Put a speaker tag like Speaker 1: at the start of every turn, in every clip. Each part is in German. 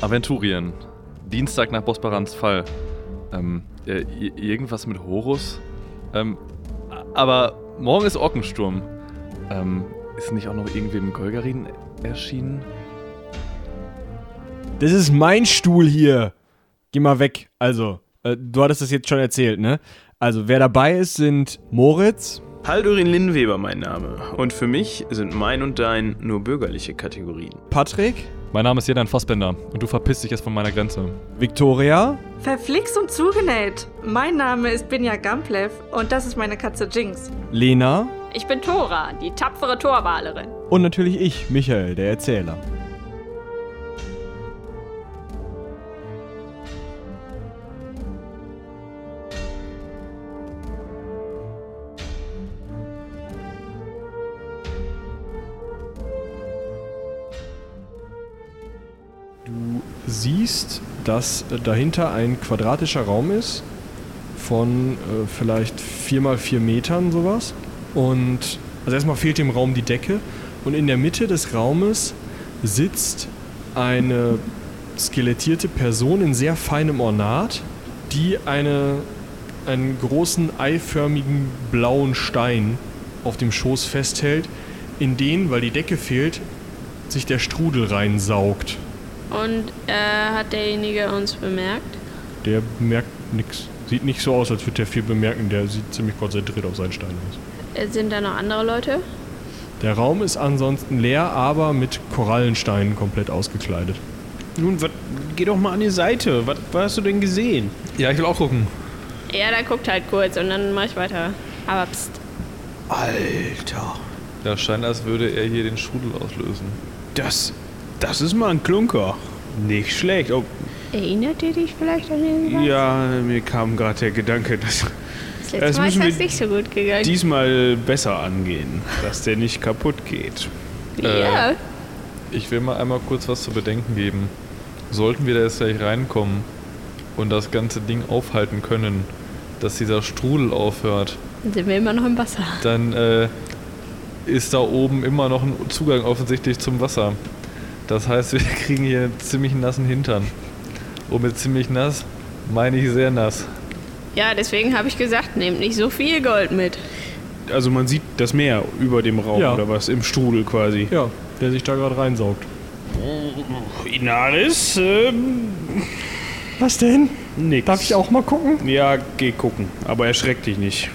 Speaker 1: Aventurien. Dienstag nach Bosbarans Fall. Ähm, äh, i- irgendwas mit Horus. Ähm, a- aber morgen ist Orkensturm. Ähm, ist nicht auch noch irgendwem Golgarin erschienen?
Speaker 2: Das ist mein Stuhl hier. Geh mal weg. Also, äh, du hattest das jetzt schon erzählt, ne? Also, wer dabei ist, sind Moritz,
Speaker 3: Haldurin Linnweber mein Name. Und für mich sind mein und dein nur bürgerliche Kategorien.
Speaker 2: Patrick,
Speaker 4: Mein Name ist Jedan Fassbender und du verpisst dich jetzt von meiner Grenze.
Speaker 2: Victoria,
Speaker 5: Verflixt und zugenäht. Mein Name ist Binja Gamplev und das ist meine Katze Jinx.
Speaker 2: Lena
Speaker 6: Ich bin Tora, die tapfere Torwalerin.
Speaker 2: und natürlich ich, Michael, der Erzähler.
Speaker 7: siehst, dass äh, dahinter ein quadratischer Raum ist von äh, vielleicht 4x4 Metern sowas. Und also erstmal fehlt dem Raum die Decke und in der Mitte des Raumes sitzt eine skelettierte Person in sehr feinem Ornat, die eine, einen großen eiförmigen blauen Stein auf dem Schoß festhält, in den, weil die Decke fehlt, sich der Strudel reinsaugt.
Speaker 8: Und äh, hat derjenige uns bemerkt?
Speaker 7: Der bemerkt nichts. Sieht nicht so aus, als würde der viel bemerken. Der sieht ziemlich konzentriert auf seinen Stein aus.
Speaker 8: Äh, sind da noch andere Leute?
Speaker 7: Der Raum ist ansonsten leer, aber mit Korallensteinen komplett ausgekleidet.
Speaker 3: Nun, wat, geh doch mal an die Seite. Was hast du denn gesehen?
Speaker 4: Ja, ich will auch gucken.
Speaker 8: Ja, dann guckt halt kurz und dann mach ich weiter. Aber pst.
Speaker 3: Alter,
Speaker 4: Ja, scheint, als würde er hier den Strudel auslösen.
Speaker 3: das, das ist mal ein Klunker. Nicht schlecht. Oh,
Speaker 8: Erinnert ihr dich vielleicht an irgendwas?
Speaker 3: ja, mir kam gerade der Gedanke, dass
Speaker 8: Das
Speaker 3: das
Speaker 8: letzte Mal ist
Speaker 3: müssen
Speaker 8: das
Speaker 3: wir
Speaker 8: nicht so gut gegangen.
Speaker 3: diesmal besser angehen, dass der nicht kaputt geht.
Speaker 8: ja.
Speaker 4: Äh. Ich will mal einmal kurz was zu bedenken geben. Sollten wir da jetzt gleich reinkommen und das ganze Ding aufhalten können, dass dieser Strudel aufhört,
Speaker 8: Dann sind wir immer noch im Wasser.
Speaker 4: dann äh, ist da oben immer noch ein Zugang offensichtlich zum Wasser. Das heißt, wir kriegen hier einen ziemlich nassen Hintern. Und mit ziemlich nass meine ich sehr nass.
Speaker 8: Ja, deswegen habe ich gesagt, nehmt nicht so viel Gold mit.
Speaker 3: Also man sieht das Meer über dem Raum
Speaker 7: Ja.
Speaker 3: oder was, im Strudel quasi.
Speaker 7: Ja, der sich da gerade reinsaugt.
Speaker 3: Inaris, ähm,
Speaker 7: Was denn?
Speaker 3: nix.
Speaker 7: Darf ich auch mal gucken?
Speaker 3: Ja, geh gucken, aber erschreck dich nicht.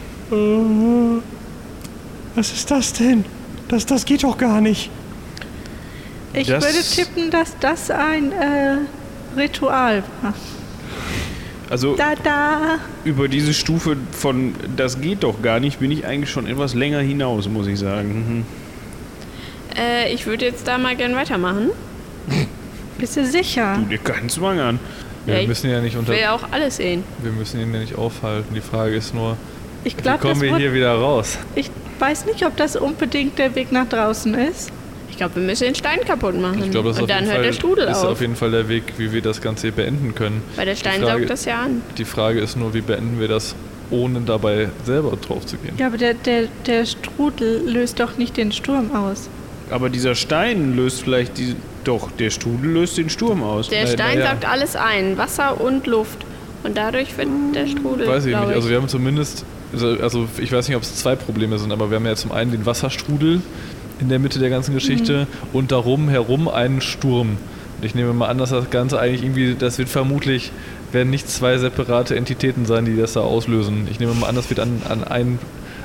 Speaker 7: Was ist das denn? Das, das geht doch gar nicht.
Speaker 5: Ich
Speaker 3: Das-
Speaker 5: würde tippen, dass das ein äh, Ritual war.
Speaker 3: Also
Speaker 5: Da, da.
Speaker 3: über diese Stufe von das geht doch gar nicht, bin ich eigentlich schon etwas länger hinaus, muss ich sagen. Mhm.
Speaker 8: Äh, ich würde jetzt da mal gern weitermachen.
Speaker 5: Bist du sicher?
Speaker 3: Mhm. Du, dir kannst wangern.
Speaker 4: Wir
Speaker 8: ich
Speaker 4: müssen ja nicht unter
Speaker 8: will ja auch alles sehen.
Speaker 4: wir müssen ihn ja nicht aufhalten. Die Frage ist nur,
Speaker 5: Ich
Speaker 4: wie
Speaker 5: glaube, das
Speaker 4: kommen wir
Speaker 5: Wort,
Speaker 4: hier wieder raus?
Speaker 5: ich weiß nicht, ob das unbedingt der Weg nach draußen ist.
Speaker 8: Ich glaube, wir müssen den Stein kaputt machen.
Speaker 4: Ich glaube, das ist,
Speaker 8: und
Speaker 4: auf
Speaker 8: dann
Speaker 4: jeden
Speaker 8: hört der
Speaker 4: Fall,
Speaker 8: Strudel
Speaker 4: ist auf
Speaker 8: auf.
Speaker 4: jeden Fall der Weg, wie wir das Ganze hier beenden können.
Speaker 8: Weil der Stein
Speaker 4: Frage-
Speaker 8: saugt das ja an.
Speaker 4: Die Frage ist nur, wie beenden wir das, ohne dabei selber drauf zu gehen.
Speaker 5: Ja, aber der, der, der Strudel löst doch nicht den Sturm aus.
Speaker 3: Aber dieser Stein löst vielleicht die. Doch, der Strudel löst den Sturm aus.
Speaker 8: Der
Speaker 4: Na-
Speaker 8: Stein
Speaker 4: na ja.
Speaker 8: saugt alles ein, Wasser und Luft. Und dadurch wird der Strudel.
Speaker 4: Weiß ich
Speaker 8: glaub
Speaker 4: nicht. Also wir haben zumindest, also also ich weiß nicht, ob es zwei Probleme sind, aber wir haben ja zum einen den Wasserstrudel in der Mitte der ganzen Geschichte
Speaker 8: Mhm.
Speaker 4: und darum herum einen Sturm. Und ich nehme mal an, dass das Ganze eigentlich irgendwie, das wird vermutlich, werden nicht zwei separate Entitäten sein, die das da auslösen. Ich nehme mal an, das wird an, an einen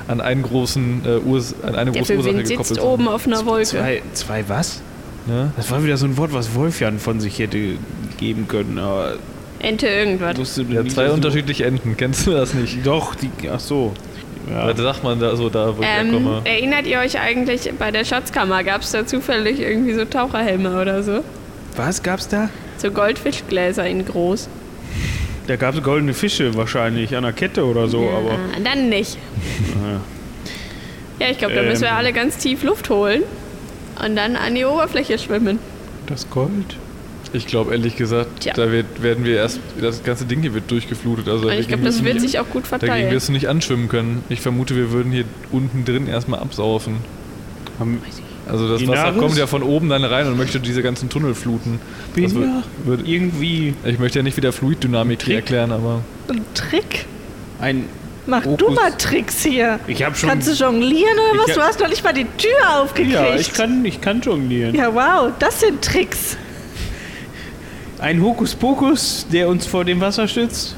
Speaker 4: an einen großen äh, Urs an eine
Speaker 8: der
Speaker 4: große Ursache
Speaker 8: Wind
Speaker 4: gekoppelt.
Speaker 8: sitzt
Speaker 4: sein.
Speaker 8: oben auf einer Wolke.
Speaker 3: Zwei, zwei was?
Speaker 4: Ne?
Speaker 3: Das war wieder so ein Wort, was Wolfjan von sich hätte geben können, aber
Speaker 8: Ente irgendwas.
Speaker 3: wusste
Speaker 4: Ja,
Speaker 3: nicht,
Speaker 4: zwei
Speaker 3: dass du-
Speaker 4: unterschiedliche Enden, kennst du das nicht?
Speaker 3: Doch, die. Ach so. Ja.
Speaker 4: Was sagt man da so da, wo ich
Speaker 8: Ähm,
Speaker 4: herkomme?
Speaker 8: erinnert ihr euch eigentlich, bei der Schatzkammer gab es da zufällig irgendwie so Taucherhelme oder so?
Speaker 3: Was gab's da?
Speaker 8: So Goldfischgläser in groß.
Speaker 3: Da gab's goldene Fische wahrscheinlich an der Kette oder so, Oh, aber.
Speaker 8: Ah, dann nicht. Ja, ich glaube, da
Speaker 3: Ähm.
Speaker 8: müssen wir alle ganz tief Luft holen und dann an die Oberfläche schwimmen.
Speaker 3: Das Gold?
Speaker 4: Ich glaube ehrlich gesagt,
Speaker 8: Tja.
Speaker 4: da wird, werden wir erst, das ganze Ding hier wird durchgeflutet. Also
Speaker 8: Und ich
Speaker 4: dagegen
Speaker 8: glaube,
Speaker 4: wirst
Speaker 8: das
Speaker 4: du
Speaker 8: wird
Speaker 4: nicht-
Speaker 8: sich auch gut
Speaker 4: Dagegen
Speaker 8: verteilen.
Speaker 4: wirst du nicht anschwimmen können. Ich vermute, wir würden hier unten drin erstmal absaufen.
Speaker 3: Haben,
Speaker 4: Also das Wasser
Speaker 3: Inaris?
Speaker 4: kommt ja von oben dann rein und möchte diese ganzen Tunnel fluten. Das wird-
Speaker 3: Bin
Speaker 4: wird-
Speaker 3: irgendwie
Speaker 4: Ich möchte ja nicht wieder Fluiddynamik hier erklären, aber
Speaker 9: Ein Trick?
Speaker 3: ein.
Speaker 9: Mach du
Speaker 3: Fokus.
Speaker 9: mal Tricks hier.
Speaker 3: Ich habe schon.
Speaker 9: Kannst du jonglieren
Speaker 3: Ich
Speaker 9: oder was?
Speaker 3: hab-
Speaker 9: Du hast noch nicht mal die Tür aufgekriegt.
Speaker 3: ja, ich kann, ich kann jonglieren.
Speaker 9: Ja, wow, das sind Tricks.
Speaker 3: Ein Hokuspokus, der uns vor dem Wasser schützt.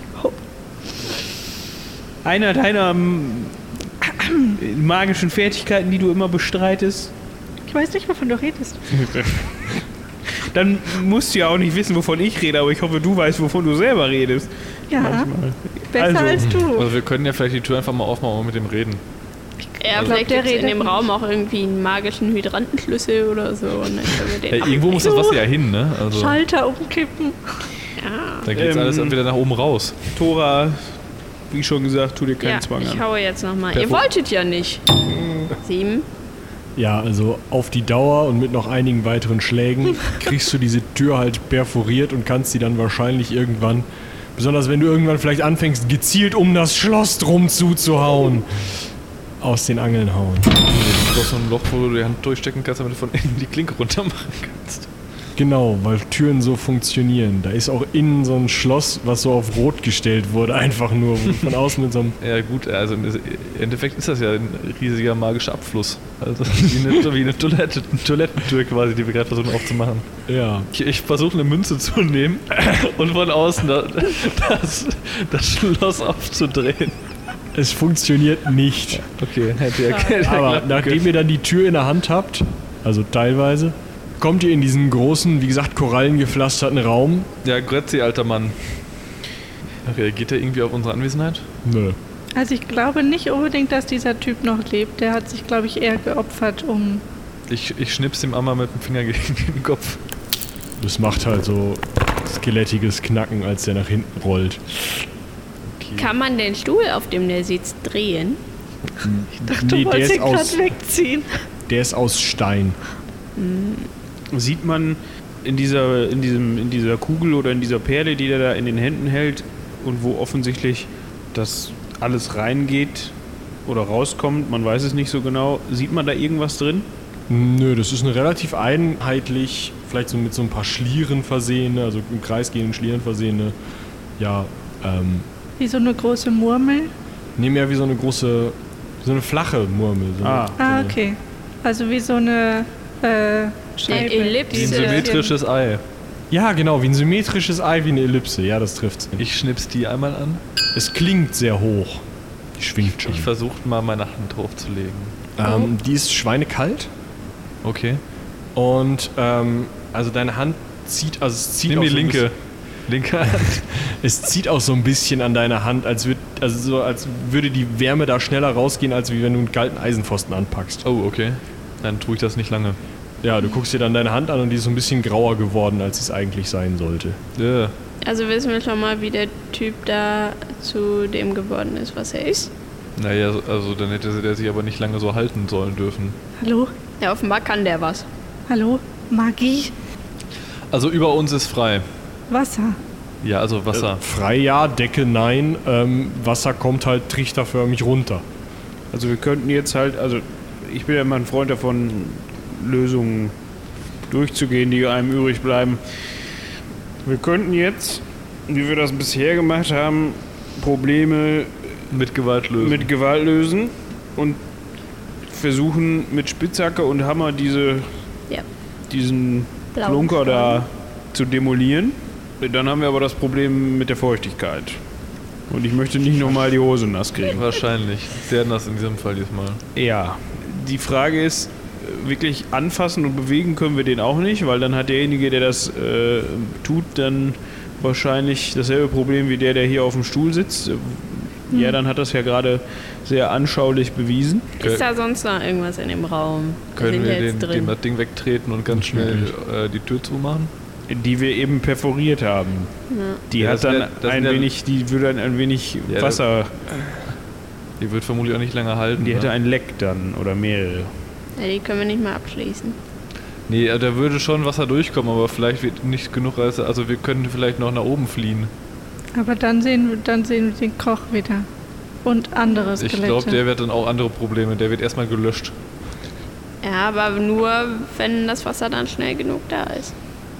Speaker 3: Einer deiner mm, magischen Fertigkeiten, die du immer bestreitest.
Speaker 9: Ich weiß nicht, wovon du redest.
Speaker 3: Dann musst du ja auch nicht wissen, wovon ich rede, aber ich hoffe, du weißt, wovon du selber redest.
Speaker 9: Ja,
Speaker 3: Manchmal.
Speaker 9: besser
Speaker 3: Also.
Speaker 9: als du.
Speaker 8: Oh.
Speaker 4: also wir können ja vielleicht die Tür einfach mal aufmachen und mit dem reden.
Speaker 8: Ja, vielleicht
Speaker 9: der
Speaker 8: gibt in
Speaker 9: redet
Speaker 8: dem
Speaker 9: nicht.
Speaker 8: Raum auch irgendwie einen magischen Hydrantenschlüssel oder so. Und dann können wir den
Speaker 4: Ja, irgendwo muss das Wasser ja hin, ne? Also
Speaker 9: Schalter umkippen.
Speaker 4: dann geht's alles
Speaker 3: Ähm.
Speaker 4: wieder nach oben raus.
Speaker 3: Tora, wie schon gesagt, tu dir keinen
Speaker 8: ja,
Speaker 3: Zwang
Speaker 8: ich
Speaker 3: an.
Speaker 8: haue jetzt nochmal. Ihr
Speaker 4: Perfo-
Speaker 8: wolltet ja nicht. Sieben.
Speaker 10: Ja, also auf die Dauer und mit noch einigen weiteren Schlägen kriegst du diese Tür halt perforiert und kannst sie dann wahrscheinlich irgendwann, besonders wenn du irgendwann vielleicht anfängst, gezielt um das Schloss drum zuzuhauen, aus den Angeln hauen.
Speaker 4: Du hast so ein Loch, wo du die Hand durchstecken kannst, damit du von innen die Klinke runter machen kannst.
Speaker 10: Genau, weil Türen so funktionieren. Da ist auch innen so ein Schloss, was so auf rot gestellt wurde, einfach nur wo du von außen mit so einem
Speaker 4: Ja gut, also im Endeffekt ist das ja ein riesiger magischer Abfluss. Also wie eine, wie eine Toilette, Toilettentür quasi, die wir gerade versuchen aufzumachen.
Speaker 10: ja,
Speaker 4: Ich, ich versuche eine Münze zu nehmen und von außen da, das, das Schloss aufzudrehen.
Speaker 10: es funktioniert nicht.
Speaker 4: Okay, hätte ja keiner
Speaker 10: Aber nachdem ihr dann die Tür in der Hand habt, also teilweise, kommt ihr in diesen großen, wie gesagt, korallengepflasterten Raum.
Speaker 4: Ja, Grötzi, alter Mann. Reagiert er irgendwie auf unsere Anwesenheit?
Speaker 10: Nö.
Speaker 9: Also ich glaube nicht unbedingt, dass dieser Typ noch lebt. Der hat sich, glaube ich, eher geopfert, um...
Speaker 4: Ich, ich schnips ihm einmal mit dem Finger gegen den Kopf.
Speaker 10: Das macht halt so skelettiges Knacken, als der nach hinten rollt.
Speaker 8: Kann man den Stuhl, auf dem der sitzt, drehen?
Speaker 9: Ach, du
Speaker 10: der
Speaker 9: wolltest
Speaker 10: ist
Speaker 9: ihn
Speaker 10: aus,
Speaker 9: gerade wegziehen.
Speaker 10: der ist aus Stein.
Speaker 3: Sieht man in dieser, in, diesem, in dieser Kugel oder in dieser Perle, die der da in den Händen hält und wo offensichtlich das alles reingeht oder rauskommt, man weiß es nicht so genau, sieht man da irgendwas drin?
Speaker 10: Nö, das ist eine relativ einheitlich, vielleicht so mit so ein paar Schlieren versehene, also im Kreis gehenden Schlieren versehene, ja, ähm,
Speaker 9: Wie so eine große Murmel.
Speaker 10: nee, mehr wie so eine große, so eine flache Murmel. So
Speaker 3: Ah.
Speaker 9: Ah,
Speaker 10: So.
Speaker 9: okay. Also wie so eine äh,
Speaker 8: Ellipse.
Speaker 9: Scheibe. die
Speaker 4: Wie ein
Speaker 9: so ein bisschen-
Speaker 4: symmetrisches Ei.
Speaker 10: eine, ja, genau, wie ein symmetrisches Ei, wie eine Ellipse. Ja, das trifft's.
Speaker 4: Ich schnips die einmal an.
Speaker 10: Es klingt sehr hoch. Die schwingt schon.
Speaker 4: Ich versuche mal meine Hand hochzulegen.
Speaker 10: ähm, die ist schweinekalt
Speaker 4: Okay.
Speaker 10: und ähm, also deine Hand zieht, also es zieht
Speaker 4: Nimm
Speaker 10: auch
Speaker 4: die
Speaker 10: so ein
Speaker 4: linke. Linke Hand.
Speaker 10: bisschen- Es zieht auch so ein bisschen an deiner Hand, als würd, also so, als würde die Wärme da schneller rausgehen, als wie wenn du einen kalten Eisenpfosten anpackst.
Speaker 4: Oh, okay. Dann tue ich das nicht lange.
Speaker 10: Ja, du guckst dir dann deine Hand an und die ist so ein bisschen grauer geworden, als es eigentlich sein sollte.
Speaker 4: Ja.
Speaker 8: Also wissen wir schon mal, wie der Typ da zu dem geworden ist, was er ist.
Speaker 4: Naja, so- also dann hätte sie- der sich aber nicht lange so halten sollen dürfen.
Speaker 9: Hallo?
Speaker 8: Ja, offenbar kann der was.
Speaker 9: Hallo? Magie?
Speaker 4: Also über uns ist frei.
Speaker 9: Wasser.
Speaker 4: Ja, also Wasser.
Speaker 10: Frei ja, Decke nein, ähm, Wasser kommt halt trichterförmig runter.
Speaker 3: Also wir könnten jetzt halt, also ich bin ja immer ein Freund davon, Lösungen durchzugehen, die einem übrig bleiben. Wir könnten jetzt, wie wir das bisher gemacht haben, Probleme
Speaker 4: mit Gewalt lösen.
Speaker 3: mit Gewalt lösen und versuchen mit Spitzhacke und Hammer diese,
Speaker 8: Ja.
Speaker 3: diesen
Speaker 8: Blauen
Speaker 3: Klunker
Speaker 8: Stein.
Speaker 3: da zu demolieren. Dann haben wir aber das Problem mit der Feuchtigkeit. Und ich möchte nicht nochmal die Hose nass kriegen.
Speaker 4: Wahrscheinlich. Sehr nass in diesem Fall diesmal.
Speaker 3: Ja, die Frage ist, äh, wirklich anfassen und bewegen können wir den auch nicht, weil dann hat derjenige, der das äh, tut, dann wahrscheinlich dasselbe Problem wie der, der hier auf dem Stuhl sitzt. Ja, dann hat das ja gerade sehr anschaulich bewiesen.
Speaker 8: Ist da sonst noch irgendwas in dem Raum? Da
Speaker 4: Können
Speaker 8: sind
Speaker 4: wir
Speaker 8: wir jetzt
Speaker 4: den,
Speaker 8: drin.
Speaker 4: dem das Ding wegtreten und ganz schnell äh, die Tür zumachen?
Speaker 3: Die wir eben perforiert haben. Die
Speaker 4: Ja, das
Speaker 3: hat dann
Speaker 4: wär- das
Speaker 3: ein
Speaker 4: wär-
Speaker 3: wenig, die würde dann ein wenig
Speaker 4: Ja,
Speaker 3: Wasser,
Speaker 4: Die wird vermutlich auch nicht lange halten.
Speaker 3: die hätte
Speaker 4: ne?
Speaker 3: ein Leck dann oder mehrere.
Speaker 8: ja, die können wir nicht mal abschließen.
Speaker 4: nee, äh, da würde schon Wasser durchkommen, aber vielleicht wird nicht genug Reise. Also wir können vielleicht noch nach oben fliehen.
Speaker 9: Aber dann sehen, wir- dann sehen wir den Koch wieder. Und andere
Speaker 4: Ich
Speaker 9: Skelette.
Speaker 4: glaube, der wird dann auch andere Probleme. Der wird erstmal gelöscht.
Speaker 8: Ja, aber nur, wenn das Wasser dann schnell genug da ist.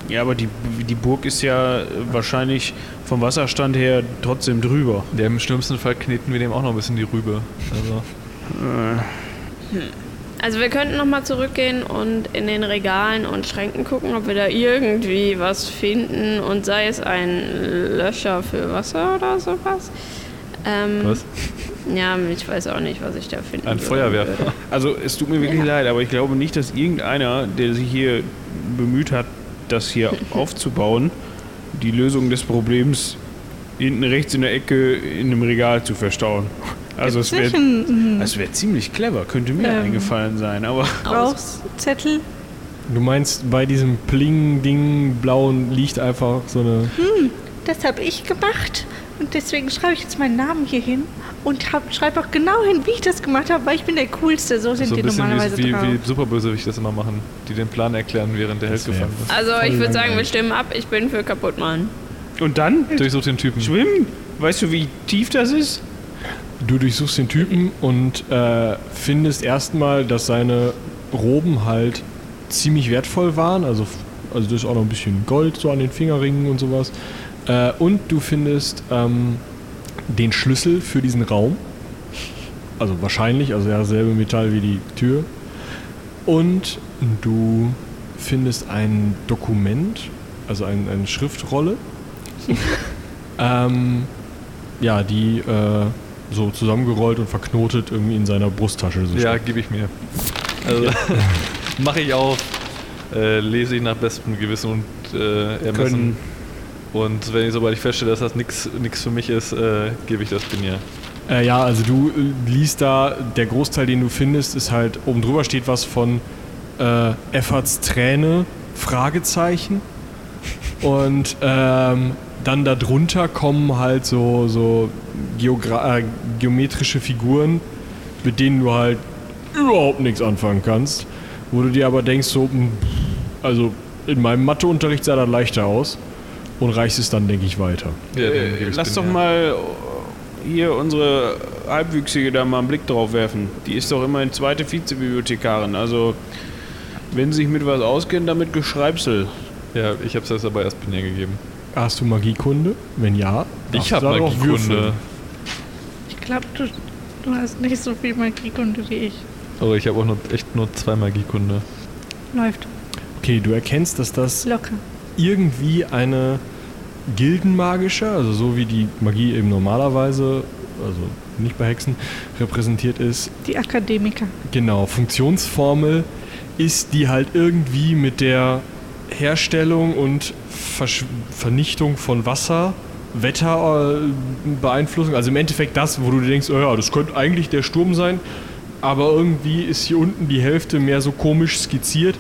Speaker 3: Ja, aber die, die Burg ist ja äh, wahrscheinlich vom Wasserstand her trotzdem drüber.
Speaker 4: Ja, im schlimmsten Fall kneten wir dem auch noch ein bisschen die Rübe. Also,
Speaker 8: Also wir könnten nochmal zurückgehen und in den Regalen und Schränken gucken, ob wir da irgendwie was finden und sei es ein Löscher für Wasser oder sowas. Ähm,
Speaker 4: was?
Speaker 8: Ja, ich weiß auch nicht, was ich da finden
Speaker 4: Ein
Speaker 8: würde.
Speaker 4: Feuerwerfer.
Speaker 3: Also es tut mir wirklich leid, aber ich glaube nicht, dass irgendeiner, der sich hier bemüht hat, das hier aufzubauen, die Lösung des Problems hinten rechts in der Ecke in einem Regal zu verstauen. Also es
Speaker 9: Sicher,
Speaker 3: wäre
Speaker 9: ein
Speaker 3: es wär ziemlich clever, könnte mir
Speaker 9: Ähm.
Speaker 3: eingefallen sein, aber
Speaker 9: Rauchzettel.
Speaker 10: Du meinst, bei diesem Pling-Ding blauen liegt einfach so eine.
Speaker 9: Das habe ich gemacht. Und deswegen schreibe ich jetzt meinen Namen hier hin und hab- schreibe auch genau hin, wie ich das gemacht habe, weil ich bin der Coolste. So sind
Speaker 4: so ein
Speaker 9: die
Speaker 4: bisschen
Speaker 9: normalerweise
Speaker 4: wie, wie,
Speaker 9: drauf.
Speaker 4: wie Superbösewicht das immer machen, die den Plan erklären, während der Held gefangen ist.
Speaker 8: Also ich würde sagen, wir stimmen ab, ich bin für kaputt machen.
Speaker 3: und dann
Speaker 4: Durchsuch den Typen.
Speaker 3: schwimmen? Weißt du, wie tief das ist?
Speaker 10: Du durchsuchst den Typen und äh, findest erstmal, dass seine Roben halt ziemlich wertvoll waren. Also, also da ist auch noch ein bisschen Gold so an den Fingerringen und sowas. Äh, und du findest ähm, den Schlüssel für diesen Raum. Also wahrscheinlich, also ja, selbe Metall wie die Tür. Und du findest ein Dokument, also ein, eine Schriftrolle. ähm, ja, die äh, so zusammengerollt und verknotet irgendwie in seiner Brusttasche. So
Speaker 4: Ja,
Speaker 10: steckt.
Speaker 4: gebe ich mir. Also, mache ich auf. Äh, lese ich nach bestem Gewissen und äh, Ermessen. Und wenn ich, sobald ich feststelle, dass das nichts für mich ist, äh, gebe ich das Binier.
Speaker 10: Äh, ja, also du äh, liest da, der Großteil, den du findest, ist halt, oben drüber steht was von äh, Efforts Träne, Fragezeichen. Und ähm, dann darunter kommen halt so, so geogra- äh, geometrische Figuren, mit denen du halt überhaupt nichts anfangen kannst. Wo du dir aber denkst, so, hm, also in meinem Matheunterricht sah das leichter aus. Und reichst es dann, denke ich, weiter.
Speaker 4: Ja, dann gebe
Speaker 3: Äh,
Speaker 4: ich's
Speaker 3: lass doch
Speaker 4: Binier.
Speaker 3: mal äh, hier unsere Halbwüchsige da mal einen Blick drauf werfen. Die ist doch immerhin zweite Vizebibliothekarin. Also, wenn sie sich mit was auskennt, damit Geschreibsel.
Speaker 4: Ja, ich habe es jetzt aber erst Binier gegeben.
Speaker 10: Hast du Magiekunde? Wenn ja, darfst
Speaker 4: ich
Speaker 10: du
Speaker 4: habe
Speaker 10: darauf würfeln.
Speaker 4: Magiekunde.
Speaker 9: Ich glaube, du, du hast nicht so viel Magiekunde wie ich.
Speaker 4: Aber ich habe auch nur, echt nur zwei Magiekunde.
Speaker 9: Läuft
Speaker 10: Okay, du erkennst, dass das
Speaker 9: locker.
Speaker 10: irgendwie eine gildenmagische, also so wie die Magie eben normalerweise, also nicht bei Hexen, repräsentiert ist,
Speaker 9: Die Akademiker.
Speaker 10: genau, Funktionsformel ist, die halt irgendwie mit der Herstellung und Versch Vernichtung von Wasser, Wetterbeeinflussung, also im Endeffekt das, wo du dir denkst, oh ja, das könnte eigentlich der Sturm sein, aber irgendwie ist hier unten die Hälfte mehr so komisch skizziert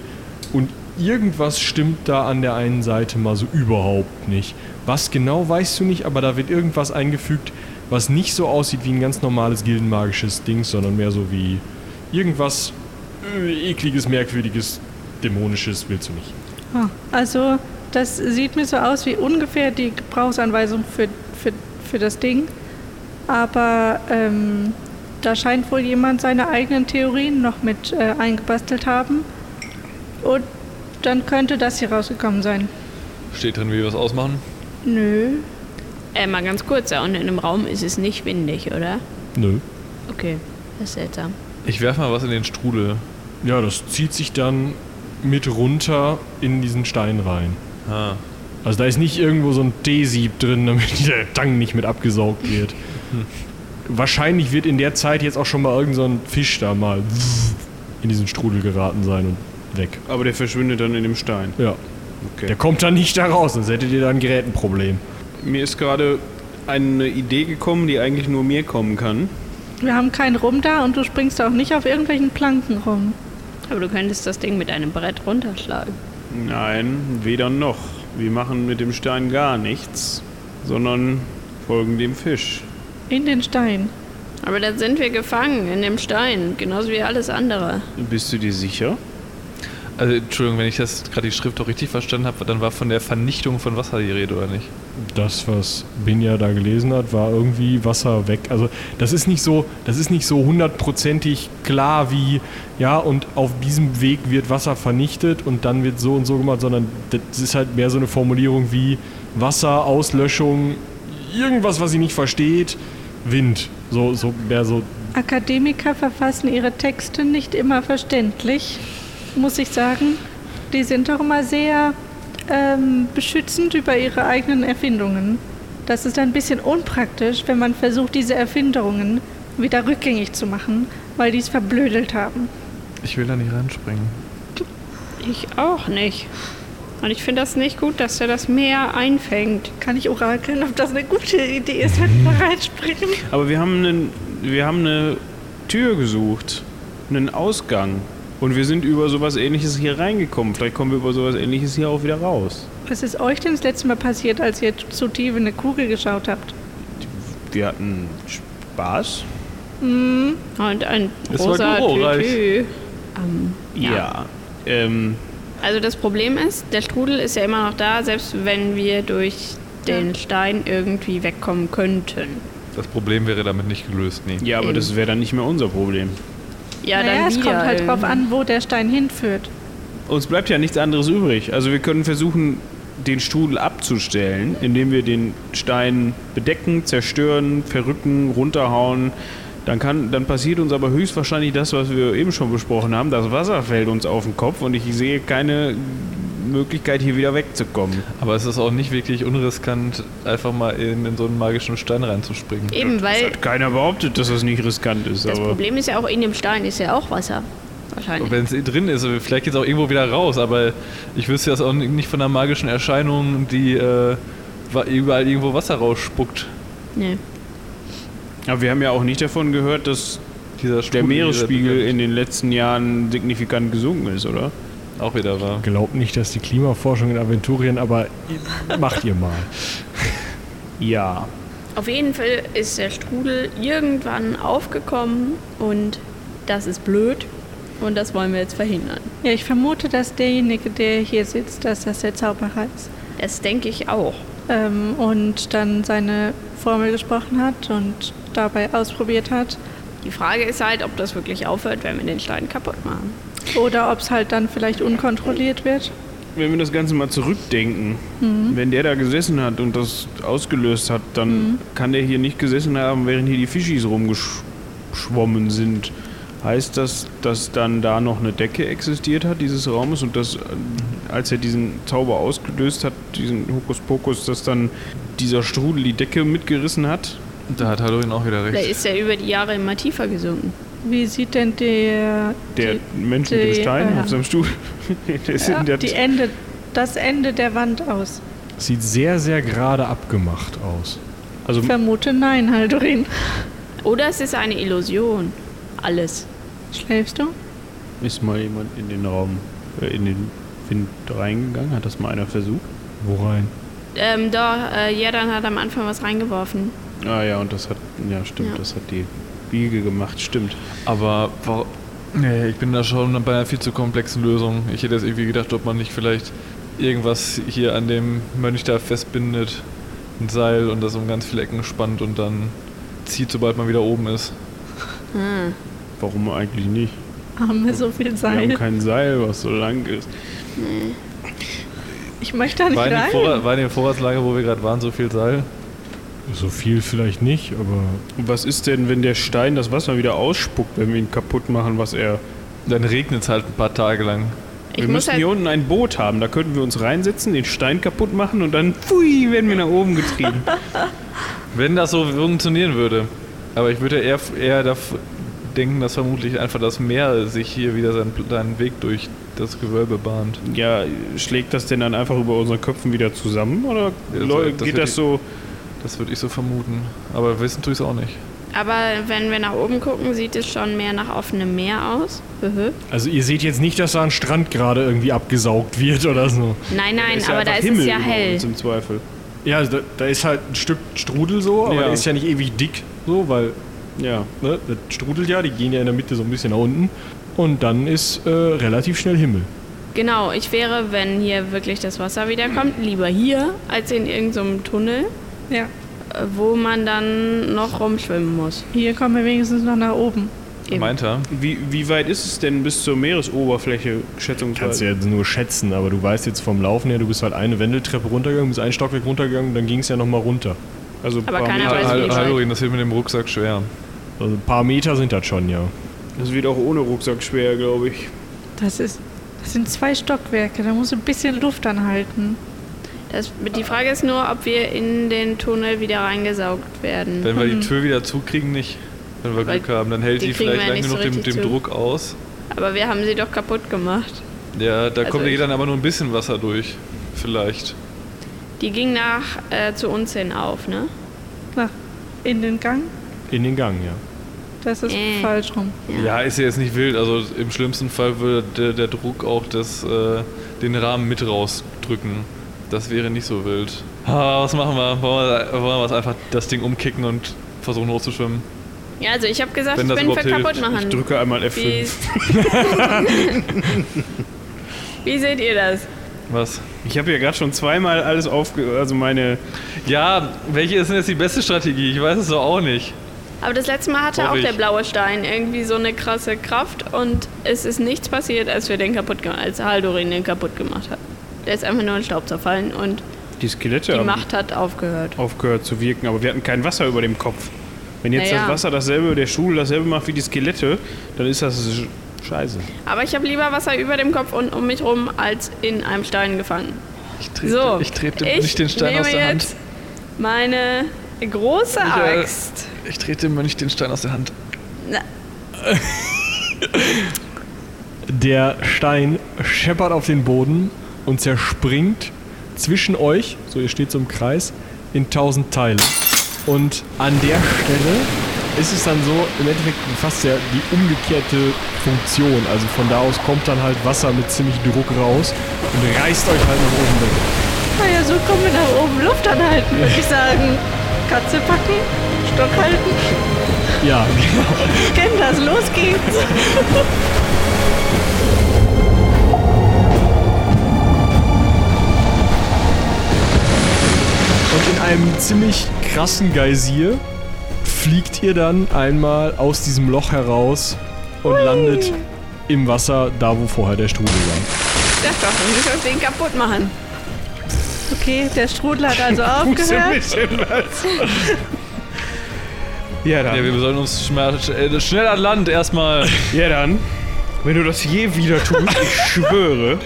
Speaker 10: und irgendwas stimmt da an der einen Seite mal so überhaupt nicht. Was genau weißt du nicht, aber da wird irgendwas eingefügt, was nicht so aussieht wie ein ganz normales gildenmagisches Ding, sondern mehr so wie irgendwas äh, ekliges, merkwürdiges, dämonisches willst du nicht.
Speaker 9: Ah, also, das sieht mir so aus wie ungefähr die Gebrauchsanweisung für, für, für das Ding. Aber ähm, da scheint wohl jemand seine eigenen Theorien noch mit äh, eingebastelt haben. Und dann könnte das hier rausgekommen sein.
Speaker 4: Steht drin, wie wir es ausmachen?
Speaker 9: Nö.
Speaker 8: Äh, mal ganz kurz, ja, und in dem Raum ist es nicht windig, oder?
Speaker 10: Nö.
Speaker 8: Okay, das ist seltsam.
Speaker 4: Ich werfe mal was in den Strudel.
Speaker 10: Ja, das zieht sich dann mit runter in diesen Stein rein.
Speaker 4: Ah.
Speaker 10: Also da ist nicht irgendwo so ein D-Sieb drin, damit der Tang nicht mit abgesaugt wird. Wahrscheinlich wird in der Zeit jetzt auch schon mal irgend so ein Fisch da mal in diesen Strudel geraten sein und weg.
Speaker 3: Aber der verschwindet dann in dem Stein.
Speaker 10: Ja.
Speaker 3: Okay.
Speaker 10: Der kommt dann nicht da raus, sonst hättet ihr da ein Gerätenproblem.
Speaker 3: Mir ist gerade eine Idee gekommen, die eigentlich nur mir kommen kann.
Speaker 9: Wir haben keinen Rum da und du springst auch nicht auf irgendwelchen Planken rum.
Speaker 8: Aber du könntest das Ding mit einem Brett runterschlagen.
Speaker 3: Nein, weder noch. Wir machen mit dem Stein gar nichts, sondern folgen dem Fisch.
Speaker 9: In den Stein.
Speaker 8: Aber dann sind wir gefangen in dem Stein, genauso wie alles andere.
Speaker 3: Bist du dir sicher?
Speaker 4: Also, Entschuldigung, wenn ich das gerade die Schrift auch richtig verstanden habe, dann war von der Vernichtung von Wasser die Rede, oder nicht?
Speaker 10: das, was Binja da gelesen hat, war irgendwie Wasser weg. Also das ist nicht so, das ist nicht so hundertprozentig klar wie, ja, und auf diesem Weg wird Wasser vernichtet und dann wird so und so gemacht, sondern das ist halt mehr so eine Formulierung wie Wasser, Auslöschung, irgendwas, was sie nicht versteht, Wind. So, so mehr so
Speaker 9: Akademiker verfassen ihre Texte nicht immer verständlich, muss ich sagen. Die sind doch immer sehr ähm, beschützend über ihre eigenen Erfindungen. Das ist ein bisschen unpraktisch, wenn man versucht, diese Erfindungen wieder rückgängig zu machen, weil die es verblödelt haben.
Speaker 4: Ich will da nicht reinspringen.
Speaker 8: Ich auch nicht. Und ich finde das nicht gut, dass er das Meer einfängt.
Speaker 9: Kann ich orakeln, ob das eine gute Idee ist, wenn wir reinspringen?
Speaker 3: Aber wir haben, einen, wir haben eine Tür gesucht, einen Ausgang. Und wir sind über sowas ähnliches hier reingekommen. Vielleicht kommen wir über sowas ähnliches hier auch wieder raus.
Speaker 9: Was ist euch denn das letzte Mal passiert, als ihr zu tief in eine Kugel geschaut habt?
Speaker 3: Wir hatten Spaß.
Speaker 8: Und ein
Speaker 4: Es war
Speaker 8: rosa
Speaker 4: glorreich.
Speaker 8: Tütü.
Speaker 3: Ja. Ähm,
Speaker 8: Also das Problem ist, der Strudel ist ja immer noch da, selbst wenn wir durch den Stein irgendwie wegkommen könnten.
Speaker 4: Das Problem wäre damit nicht gelöst, nee.
Speaker 3: ja, aber
Speaker 8: Eben.
Speaker 3: das wäre dann nicht mehr unser Problem.
Speaker 8: Ja,
Speaker 9: naja,
Speaker 8: dann
Speaker 9: es
Speaker 8: wieder ähm.
Speaker 9: kommt halt drauf
Speaker 8: irgendwie.
Speaker 9: an, wo der Stein hinführt.
Speaker 3: Uns bleibt ja nichts anderes übrig. Also wir können versuchen, den Strudel abzustellen, indem wir den Stein bedecken, zerstören, verrücken, runterhauen. Dann, kann, dann passiert uns aber höchstwahrscheinlich das, was wir eben schon besprochen haben. Das Wasser fällt uns auf den Kopf und ich sehe keine Möglichkeit, hier wieder wegzukommen.
Speaker 4: Aber es ist auch nicht wirklich unriskant, einfach mal in, in so einen magischen Stein reinzuspringen.
Speaker 8: Eben, weil
Speaker 3: Keiner behauptet, dass das nicht riskant ist,
Speaker 8: das
Speaker 3: aber
Speaker 8: Problem ist ja auch, in dem Stein ist ja auch Wasser. Wahrscheinlich.
Speaker 4: Und wenn es eh drin ist, vielleicht geht es auch irgendwo wieder raus, aber ich wüsste das auch nicht von einer magischen Erscheinung, die äh, wa- überall irgendwo Wasser rausspuckt.
Speaker 8: Nee.
Speaker 3: Aber wir haben ja auch nicht davon gehört, dass
Speaker 4: Dieser
Speaker 3: der
Speaker 4: Strudel,
Speaker 3: Meeresspiegel
Speaker 4: dieser-
Speaker 3: in den letzten Jahren signifikant gesunken ist, oder?
Speaker 4: auch wieder war.
Speaker 10: glaubt nicht, dass die Klimaforschung in Aventurien, aber macht ihr mal.
Speaker 3: Ja.
Speaker 8: Auf jeden Fall ist der Strudel irgendwann aufgekommen und das ist blöd und das wollen wir jetzt verhindern.
Speaker 9: Ja, ich vermute, dass derjenige, der hier sitzt, dass das der Zauberer ist.
Speaker 8: Das denke ich auch.
Speaker 9: ähm, und dann seine Formel gesprochen hat und dabei ausprobiert hat.
Speaker 8: Die Frage ist halt, ob das wirklich aufhört, wenn wir den Stein kaputt machen.
Speaker 9: Oder ob es halt dann vielleicht unkontrolliert wird.
Speaker 3: Wenn wir das Ganze mal zurückdenken,
Speaker 9: Mhm.
Speaker 3: wenn der da gesessen hat und das ausgelöst hat, dann
Speaker 9: Mhm.
Speaker 3: kann der hier nicht gesessen haben, während hier die Fischis rumgeschwommen sind. Heißt das, dass dann da noch eine Decke existiert hat, dieses Raumes, und dass, äh, als er diesen Zauber ausgelöst hat, diesen Hokuspokus, dass dann dieser Strudel die Decke mitgerissen hat?
Speaker 4: Da hat Halloween auch wieder
Speaker 8: Da
Speaker 4: recht.
Speaker 8: ist er über die Jahre immer tiefer gesunken.
Speaker 9: Wie sieht denn der,
Speaker 3: Der Mensch mit dem
Speaker 9: die-
Speaker 3: Stein
Speaker 9: ja.
Speaker 3: auf seinem Stuhl. der ist in
Speaker 9: die,
Speaker 3: der
Speaker 9: die Ende, das Ende der Wand aus?
Speaker 10: Sieht sehr, sehr gerade abgemacht aus.
Speaker 3: also
Speaker 9: Ich vermute nein, Haldorin.
Speaker 8: Oder es ist eine Illusion. Alles.
Speaker 9: Schläfst du?
Speaker 3: ist mal jemand in den Raum, äh, in den Wind reingegangen? Hat das mal einer versucht?
Speaker 10: Wo rein?
Speaker 8: Ähm, da, äh, Jedan hat am Anfang was reingeworfen.
Speaker 3: Ah ja, und das hat, ja stimmt,
Speaker 8: Ja.
Speaker 3: das hat die Biege gemacht, stimmt.
Speaker 4: Aber wa- nee, ich bin da schon bei einer viel zu komplexen Lösung. Ich hätte jetzt irgendwie gedacht, ob man nicht vielleicht irgendwas hier an dem Mönch da festbindet, ein Seil und das um ganz viele Ecken spannt und dann zieht, sobald man wieder oben ist.
Speaker 3: Warum eigentlich nicht?
Speaker 9: Haben wir so viel
Speaker 3: Wir haben
Speaker 9: Seil?
Speaker 3: kein Seil, was so lang ist.
Speaker 9: Ich möchte da nicht
Speaker 4: War in, dem
Speaker 9: rein.
Speaker 4: Vorrat, war in dem Vorratslager, wo wir gerade waren, so viel Seil?
Speaker 10: So viel vielleicht nicht, aber
Speaker 3: Und was ist denn, wenn der Stein das Wasser wieder ausspuckt, wenn wir ihn kaputt machen, was er...
Speaker 4: Dann regnet es halt ein paar Tage lang.
Speaker 8: Ich
Speaker 3: wir
Speaker 8: muss
Speaker 3: müssen
Speaker 8: halt,
Speaker 3: hier unten ein Boot haben, da könnten wir uns reinsetzen, den Stein kaputt machen und dann, pfui, werden wir nach oben getrieben.
Speaker 4: Wenn das so funktionieren würde. Aber ich würde eher, eher daf- denken, dass vermutlich einfach das Meer sich hier wieder seinen, seinen Weg durch das Gewölbe bahnt.
Speaker 3: ja, schlägt das denn dann einfach über unseren Köpfen wieder zusammen oder
Speaker 4: Ja, das-
Speaker 3: Leute,
Speaker 4: das
Speaker 3: geht
Speaker 4: wird
Speaker 3: das
Speaker 4: die-
Speaker 3: so...
Speaker 4: Das würde ich so vermuten. Aber wissen tue ich es auch nicht.
Speaker 8: aber wenn wir nach oben gucken, sieht es schon mehr nach offenem Meer aus. Höhö.
Speaker 10: Also ihr seht jetzt nicht, dass da ein Strand gerade irgendwie abgesaugt wird oder so.
Speaker 8: Nein, nein,
Speaker 3: ist ja
Speaker 8: aber da
Speaker 3: einfach
Speaker 8: ist
Speaker 3: Himmel
Speaker 8: es ja
Speaker 3: über
Speaker 8: hell.
Speaker 3: Uns im Zweifel.
Speaker 10: Ja, also da, da ist halt ein Stück Strudel so, aber
Speaker 3: Ja.
Speaker 10: der ist ja nicht ewig dick so, weil
Speaker 3: Ja.
Speaker 10: ne, das strudelt ja, die gehen ja in der Mitte so ein bisschen nach unten. Und dann ist äh, relativ schnell Himmel.
Speaker 8: Genau, ich wäre, wenn hier wirklich das Wasser wiederkommt, lieber hier als in irgendeinem Tunnel,
Speaker 9: Ja,
Speaker 8: äh, wo man dann noch rumschwimmen muss.
Speaker 9: hier kommen wir wenigstens noch nach oben.
Speaker 8: Eben.
Speaker 4: Meint er.
Speaker 3: Wie, wie weit ist es denn bis zur Meeresoberfläche,
Speaker 10: Kannst du
Speaker 3: schätzungsweise?
Speaker 10: ja nur schätzen, aber du weißt jetzt vom Laufen her, du bist halt eine Wendeltreppe runtergegangen, bist einen Stockwerk runtergegangen, dann ging es ja nochmal runter.
Speaker 3: Also
Speaker 8: Aber keiner
Speaker 3: Meter.
Speaker 8: weiß, wie
Speaker 4: Hal-
Speaker 8: weit.
Speaker 4: Hallorin, das wird mit dem Rucksack schwer.
Speaker 10: Also ein paar Meter sind das schon, ja.
Speaker 3: Das wird auch ohne Rucksack schwer, glaube ich.
Speaker 9: Das ist. Das sind zwei Stockwerke, da muss ein bisschen Luft anhalten.
Speaker 8: Das, die Frage ist nur, ob wir in den Tunnel wieder reingesaugt werden.
Speaker 4: Wenn wir die Tür wieder zukriegen, nicht. Wenn wir
Speaker 8: Mhm. Weil
Speaker 4: Glück haben, dann hält
Speaker 8: die
Speaker 4: die
Speaker 8: kriegen
Speaker 4: vielleicht
Speaker 8: wir
Speaker 4: lang
Speaker 8: ja nicht
Speaker 4: genug
Speaker 8: so
Speaker 4: dem,
Speaker 8: richtig
Speaker 4: dem
Speaker 8: zu.
Speaker 4: Druck aus.
Speaker 8: Aber wir haben sie doch kaputt gemacht.
Speaker 4: Ja, da
Speaker 8: Also
Speaker 4: kommt
Speaker 8: ich-
Speaker 4: geht dann aber nur ein bisschen Wasser durch. Vielleicht.
Speaker 8: Die ging nach äh, zu uns hin auf, ne?
Speaker 9: Nach in den Gang,
Speaker 10: In den Gang, ja.
Speaker 9: das ist
Speaker 8: Äh.
Speaker 9: falsch rum.
Speaker 4: Ja, ist ja jetzt nicht wild. Also im schlimmsten Fall würde der, der Druck auch das, äh, den Rahmen mit rausdrücken. Das wäre nicht so wild. Ah, was machen wir? Wollen wir, wollen wir was einfach das Ding umkicken und versuchen hochzuschwimmen?
Speaker 8: Ja, also ich habe gesagt,
Speaker 4: Wenn
Speaker 8: ich
Speaker 4: das
Speaker 8: bin für
Speaker 4: überhaupt hilft.
Speaker 8: kaputt machen.
Speaker 3: Ich drücke einmal
Speaker 8: wie,
Speaker 3: F5.
Speaker 8: wie seht ihr das?
Speaker 4: Was?
Speaker 3: Ich habe ja gerade schon zweimal alles aufge... Also meine...
Speaker 4: Ja, welche ist denn jetzt die beste Strategie? Ich weiß es doch auch nicht.
Speaker 8: Aber das letzte Mal hatte
Speaker 4: Hoffe
Speaker 8: auch der
Speaker 4: ich.
Speaker 8: blaue Stein irgendwie so eine krasse Kraft und es ist nichts passiert, als wir den kaputt gemacht, als Haldorin den kaputt gemacht hat. Der ist einfach nur in Staub zerfallen und
Speaker 3: Die Skelette
Speaker 8: die
Speaker 3: haben
Speaker 8: Macht hat aufgehört.
Speaker 3: aufgehört zu wirken, aber wir hatten kein Wasser über dem Kopf. Wenn jetzt
Speaker 8: Naja.
Speaker 3: das Wasser dasselbe, der Schul dasselbe macht wie die Skelette, dann ist das sch- scheiße.
Speaker 8: Aber ich habe lieber Wasser über dem Kopf und um mich rum als in einem Stein gefangen.
Speaker 4: Ich
Speaker 8: So,
Speaker 4: ich trete dem nicht den Stein
Speaker 8: nehme
Speaker 4: aus der Hand.
Speaker 8: jetzt meine große
Speaker 4: Ja.
Speaker 8: Axt.
Speaker 4: Ich trete dem nicht den Stein aus der Hand.
Speaker 10: Der Stein scheppert auf den Boden und zerspringt zwischen euch, so ihr steht so im Kreis, in tausend Teile. Und an der Stelle ist es dann so, im Endeffekt fast ja die umgekehrte Funktion. Also von da aus kommt dann halt Wasser mit ziemlich Druck raus und reißt euch halt nach oben weg.
Speaker 9: Naja, so kommen wir nach oben. Luft anhalten, würde ich sagen. Katze packen, Stock halten,
Speaker 10: Ja,
Speaker 9: kennt das, los geht's.
Speaker 10: Und in einem ziemlich krassen Geysir fliegt ihr dann einmal aus diesem Loch heraus und landet im Wasser, da wo vorher der Strudel war.
Speaker 8: Ich dachte doch, wir müssen den kaputt machen.
Speaker 9: Okay, der Strudel hat also aufgehört.
Speaker 3: Ja
Speaker 4: Ja,
Speaker 3: dann.
Speaker 4: wir sollten uns schmer- äh, schnell an Land erstmal.
Speaker 3: Ja dann. Wenn du das je wieder tust, ich schwöre,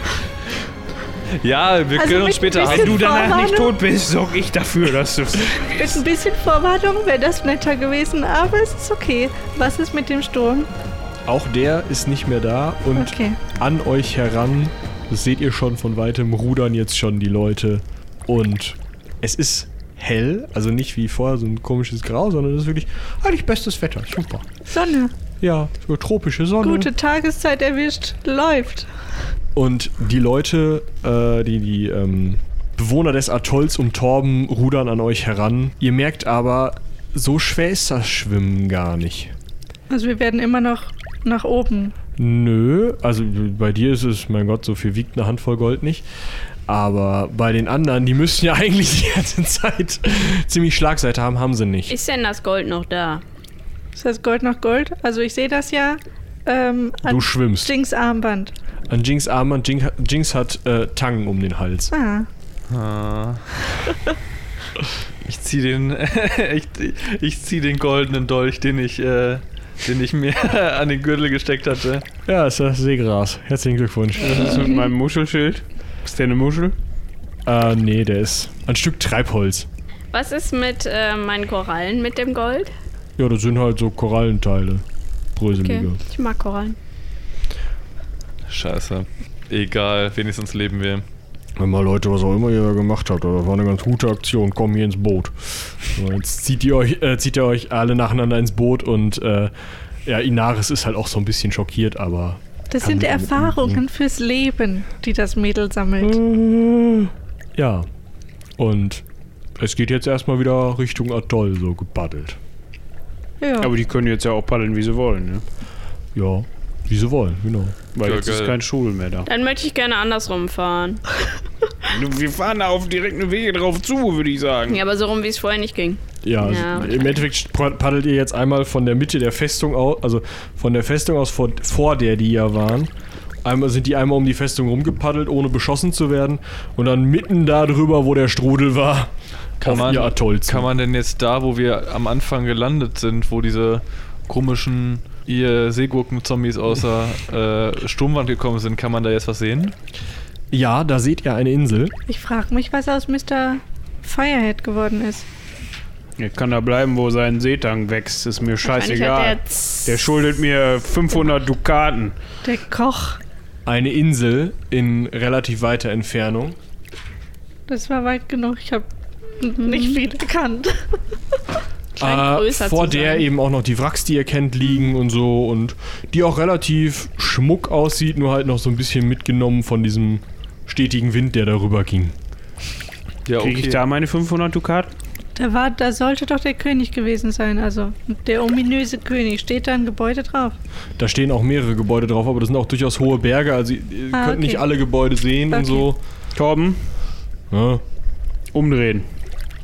Speaker 4: Ja, wir
Speaker 9: Also
Speaker 4: können uns
Speaker 9: mit
Speaker 4: später
Speaker 9: ein
Speaker 4: haben.
Speaker 3: wenn du danach nicht tot
Speaker 9: Vorwarnung?
Speaker 3: bist, sorg ich dafür, dass du...
Speaker 9: Mit ein bisschen Vorwartung wäre das netter gewesen, aber es ist okay. Was ist mit dem Sturm?
Speaker 10: Auch der ist nicht mehr da und
Speaker 9: Okay.
Speaker 10: an euch heran, das seht ihr schon von weitem, rudern jetzt schon die Leute. Und es ist hell, also nicht wie vorher so ein komisches Grau, sondern es ist wirklich eigentlich bestes Wetter, super.
Speaker 9: Sonne.
Speaker 10: Ja, so tropische Sonne.
Speaker 9: Gute Tageszeit erwischt. Läuft.
Speaker 10: Und die Leute, äh, die, die ähm, Bewohner des Atolls um Torben rudern an euch heran. Ihr merkt aber, so schwer ist das Schwimmen gar nicht.
Speaker 9: Also wir werden immer noch nach oben.
Speaker 10: Nö, also bei dir ist es, mein Gott, so viel wiegt eine Handvoll Gold nicht. Aber bei den anderen, die müssen ja eigentlich die ganze Zeit ziemlich Schlagseite haben, haben sie nicht.
Speaker 8: Ist denn das Gold noch da?
Speaker 9: Ist das Gold nach Gold? Also ich sehe das ja ähm,
Speaker 10: Du
Speaker 9: an
Speaker 10: schwimmst.
Speaker 9: Jinx Armband.
Speaker 10: An Jinx Armband, Jinx, Jinx hat äh, Tangen um den Hals.
Speaker 9: Ah.
Speaker 4: Ah. Ich zieh den, ich, ich zieh den goldenen Dolch, den ich, äh, den ich mir an den Gürtel gesteckt hatte.
Speaker 10: Ja, ist das Seegras. Herzlichen Glückwunsch.
Speaker 3: Was ist mit meinem Muschelschild? Ist der eine Muschel?
Speaker 10: Äh, nee, der ist ein Stück Treibholz.
Speaker 8: Was ist mit äh, meinen Korallen mit dem Gold?
Speaker 10: Ja, das sind halt so Korallenteile.
Speaker 8: Okay,
Speaker 10: Bröselige.
Speaker 8: ich mag Korallen.
Speaker 4: Scheiße. Egal, wenigstens leben wir.
Speaker 10: Wenn mal Leute, was auch immer ihr da gemacht habt, das war eine ganz gute Aktion, komm hier ins Boot. So, jetzt zieht ihr euch, äh, zieht ihr euch alle nacheinander ins Boot und äh, ja, Inaris ist halt auch so ein bisschen schockiert, aber.
Speaker 9: Das
Speaker 10: Kann
Speaker 9: sind
Speaker 10: man damit
Speaker 9: Erfahrungen fürs Leben, die das Mädel sammelt.
Speaker 10: Hm. Ja. Und es geht jetzt erstmal wieder Richtung Atoll, so gebaddelt.
Speaker 9: Ja.
Speaker 3: Aber die können jetzt ja auch paddeln, wie sie wollen, ne?
Speaker 10: Ja. Wie sie wollen, genau.
Speaker 3: Weil
Speaker 4: Ja,
Speaker 3: jetzt ist
Speaker 4: geil.
Speaker 3: kein Schul mehr da.
Speaker 8: Dann möchte ich gerne andersrum fahren.
Speaker 3: Wir fahren da auf direkten Wege drauf zu, würde ich sagen.
Speaker 8: Ja, aber so rum, wie es vorher nicht ging.
Speaker 10: Ja,
Speaker 8: Ja,
Speaker 10: also im
Speaker 8: wahrscheinlich.
Speaker 10: Endeffekt pad- paddelt ihr jetzt einmal von der Mitte der Festung aus, also von der Festung aus, vor, vor der die ja waren. Einmal sind die einmal um die Festung rumgepaddelt, ohne beschossen zu werden. Und dann mitten da drüber, wo der Strudel war,
Speaker 4: Kann
Speaker 10: auf
Speaker 4: man-
Speaker 10: ihr Atoll zu.
Speaker 4: Kann man denn jetzt da, wo wir am Anfang gelandet sind, wo diese komischen ihr Seegurken-Zombies außer äh, Sturmwand gekommen sind, kann man da jetzt was sehen?
Speaker 10: ja, da seht ihr eine Insel.
Speaker 9: Ich frage mich, was aus Mr. Firehead geworden ist.
Speaker 3: Er kann da bleiben, wo sein Seetang wächst. Ist mir
Speaker 8: Wahrscheinlich hat
Speaker 3: scheißegal.
Speaker 8: Der, jetzt-
Speaker 3: Der schuldet mir 500 Dukaten.
Speaker 9: Der Koch,
Speaker 10: Eine Insel in relativ weiter Entfernung.
Speaker 9: das war weit genug. Ich habe nicht viel erkannt.
Speaker 8: Scheint
Speaker 10: Äh,
Speaker 8: größer
Speaker 10: vor
Speaker 8: zu
Speaker 10: der
Speaker 8: sein. Mhm.
Speaker 10: eben auch noch die Wracks, die ihr kennt, liegen und so und die auch relativ schmuck aussieht, nur halt noch so ein bisschen mitgenommen von diesem stetigen Wind, der darüber ging.
Speaker 4: Ja,
Speaker 3: Kriege ich da meine 500 Dukaten?
Speaker 9: Da, war, da sollte doch der König gewesen sein. Also der ominöse König. Steht da ein Gebäude drauf?
Speaker 10: Da stehen auch mehrere Gebäude drauf, aber das sind auch durchaus hohe Berge, also ihr ihr
Speaker 9: Ah,
Speaker 10: könnt
Speaker 9: okay.
Speaker 10: nicht alle Gebäude sehen und
Speaker 9: Okay.
Speaker 10: so.
Speaker 3: Torben,
Speaker 10: Ja,
Speaker 3: umdrehen.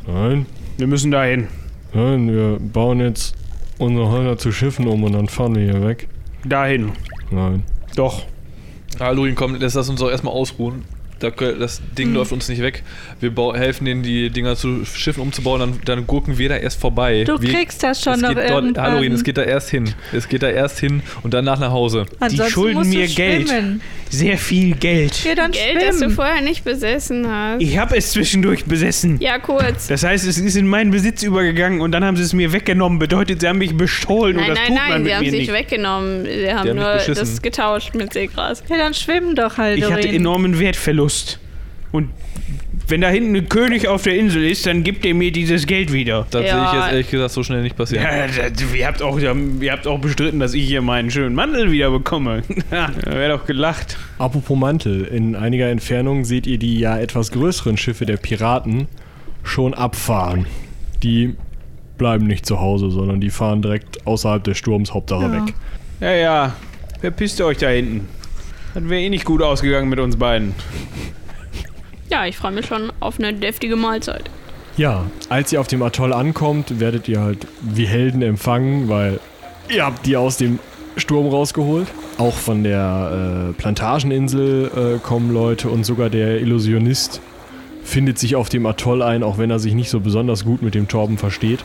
Speaker 10: nein,
Speaker 3: Wir müssen da hin.
Speaker 10: nein, wir bauen jetzt unsere Häuser zu Schiffen um und dann fahren wir hier weg.
Speaker 3: Dahin.
Speaker 10: Nein.
Speaker 3: Doch.
Speaker 4: Halloween kommt, lass das uns doch erstmal ausruhen. Da, kö- das Ding
Speaker 9: Hm.
Speaker 4: läuft uns nicht weg. Wir bau, helfen denen, die Dinger zu Schiffen umzubauen, dann, dann gucken wir da erst vorbei.
Speaker 9: Du
Speaker 4: wir,
Speaker 9: kriegst das schon
Speaker 4: es
Speaker 9: noch
Speaker 4: geht dort-
Speaker 9: irgendwann.
Speaker 4: Halloween, es geht da erst hin. Es geht da erst hin und danach nach Hause.
Speaker 9: Ansonsten
Speaker 3: schulden
Speaker 9: musst du
Speaker 3: mir Geld.
Speaker 9: schwimmen.
Speaker 3: Sehr viel Geld.
Speaker 9: Ja, dann
Speaker 8: Geld, das du
Speaker 9: schwimmen.
Speaker 8: vorher nicht besessen hast.
Speaker 3: Ich habe es zwischendurch besessen.
Speaker 8: ja, kurz.
Speaker 3: Das heißt, es ist in meinen Besitz übergegangen und dann haben sie es mir weggenommen. Bedeutet, sie haben mich bestohlen
Speaker 8: Nein,
Speaker 3: und das
Speaker 8: nein,
Speaker 3: tut man
Speaker 8: nein,
Speaker 3: mit
Speaker 8: sie haben
Speaker 3: mir
Speaker 8: sich
Speaker 3: nicht.
Speaker 8: weggenommen. Sie haben,
Speaker 4: haben mich
Speaker 8: nur
Speaker 4: beschissen.
Speaker 8: das getauscht mit Seegras.
Speaker 9: Ja, dann schwimmen doch halt.
Speaker 3: Ich hatte enormen Wertverlust. Und wenn da hinten ein König auf der Insel ist, dann gibt er mir dieses Geld wieder.
Speaker 4: Das
Speaker 8: Ja.
Speaker 4: sehe ich jetzt ehrlich gesagt so schnell nicht passieren.
Speaker 3: Ja, das, ihr, habt auch, ihr habt auch bestritten, dass ich hier meinen schönen Mantel wieder bekomme. da wäre doch gelacht.
Speaker 10: Apropos Mantel, in einiger Entfernung seht ihr die ja etwas größeren Schiffe der Piraten schon abfahren. Die bleiben nicht zu Hause, sondern die fahren direkt außerhalb des Sturms Hauptsache
Speaker 9: Ja.
Speaker 10: weg.
Speaker 3: Ja, ja, verpisst euch da hinten. Das wäre eh nicht gut ausgegangen mit uns beiden.
Speaker 8: Ja, ich freue mich schon auf eine deftige Mahlzeit.
Speaker 10: Ja, als ihr auf dem Atoll ankommt, werdet ihr halt wie Helden empfangen, weil ihr habt die aus dem Sturm rausgeholt. Auch von der äh, Plantageninsel äh, kommen Leute und sogar der Illusionist findet sich auf dem Atoll ein, auch wenn er sich nicht so besonders gut mit dem Torben versteht.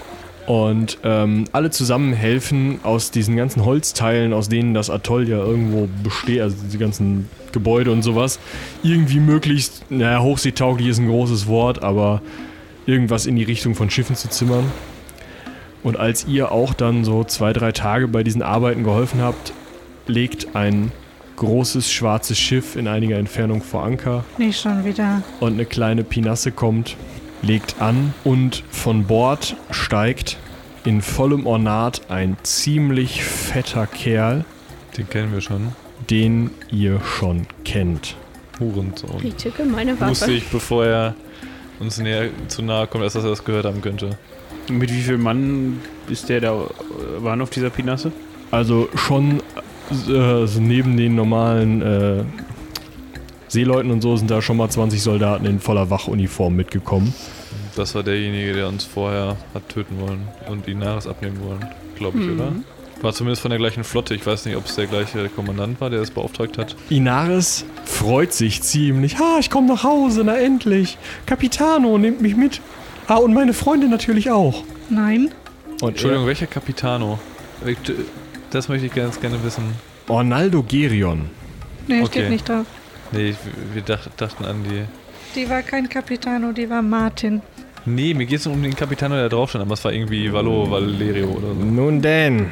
Speaker 10: Und ähm, alle zusammen helfen aus diesen ganzen Holzteilen, aus denen das Atoll ja irgendwo besteht, also diese ganzen Gebäude und sowas, irgendwie möglichst, naja, hochseetauglich ist ein großes Wort, aber irgendwas in die Richtung von Schiffen zu zimmern. Und als ihr auch dann so zwei, drei Tage bei diesen Arbeiten geholfen habt, legt ein großes schwarzes Schiff in einiger Entfernung vor Anker
Speaker 9: Nicht schon wieder.
Speaker 10: und eine kleine Pinasse kommt, legt an und von Bord steigt in vollem Ornat ein ziemlich fetter Kerl,
Speaker 4: Den kennen wir schon.
Speaker 10: den ihr schon kennt.
Speaker 4: Hurensohn.
Speaker 8: Ich tücke meine
Speaker 4: Wusste
Speaker 8: Waffe.
Speaker 4: ich, bevor er uns näher zu nahe kommt, als dass er das gehört haben könnte.
Speaker 3: Mit wie viel Mann ist der da, äh, waren auf dieser Pinasse?
Speaker 10: Also schon äh, so neben den normalen äh, Seeleuten und so sind da schon mal 20 Soldaten in voller Wachuniform mitgekommen.
Speaker 4: Das war derjenige, der uns vorher hat töten wollen und die Nares abnehmen wollen, glaube ich, oder? War zumindest von der gleichen Flotte. Ich weiß nicht, ob es der gleiche Kommandant war, der es beauftragt hat.
Speaker 10: Inaris freut sich ziemlich. Ha, ich komme nach Hause, na endlich. Capitano nimmt mich mit. Ah, und meine Freunde natürlich auch.
Speaker 9: Nein.
Speaker 10: Und
Speaker 4: Entschuldigung, welcher Capitano? Das möchte ich ganz gerne wissen.
Speaker 10: er- Ornaldo Gerion.
Speaker 9: Nee,
Speaker 4: Okay.
Speaker 9: steht nicht drauf.
Speaker 4: Nee, wir dach- dachten an die.
Speaker 9: Die war kein Capitano, die war Martin.
Speaker 4: Nee, mir geht es um den Capitano, der drauf stand, aber es war irgendwie Valo, Valerio oder so.
Speaker 11: Nun denn,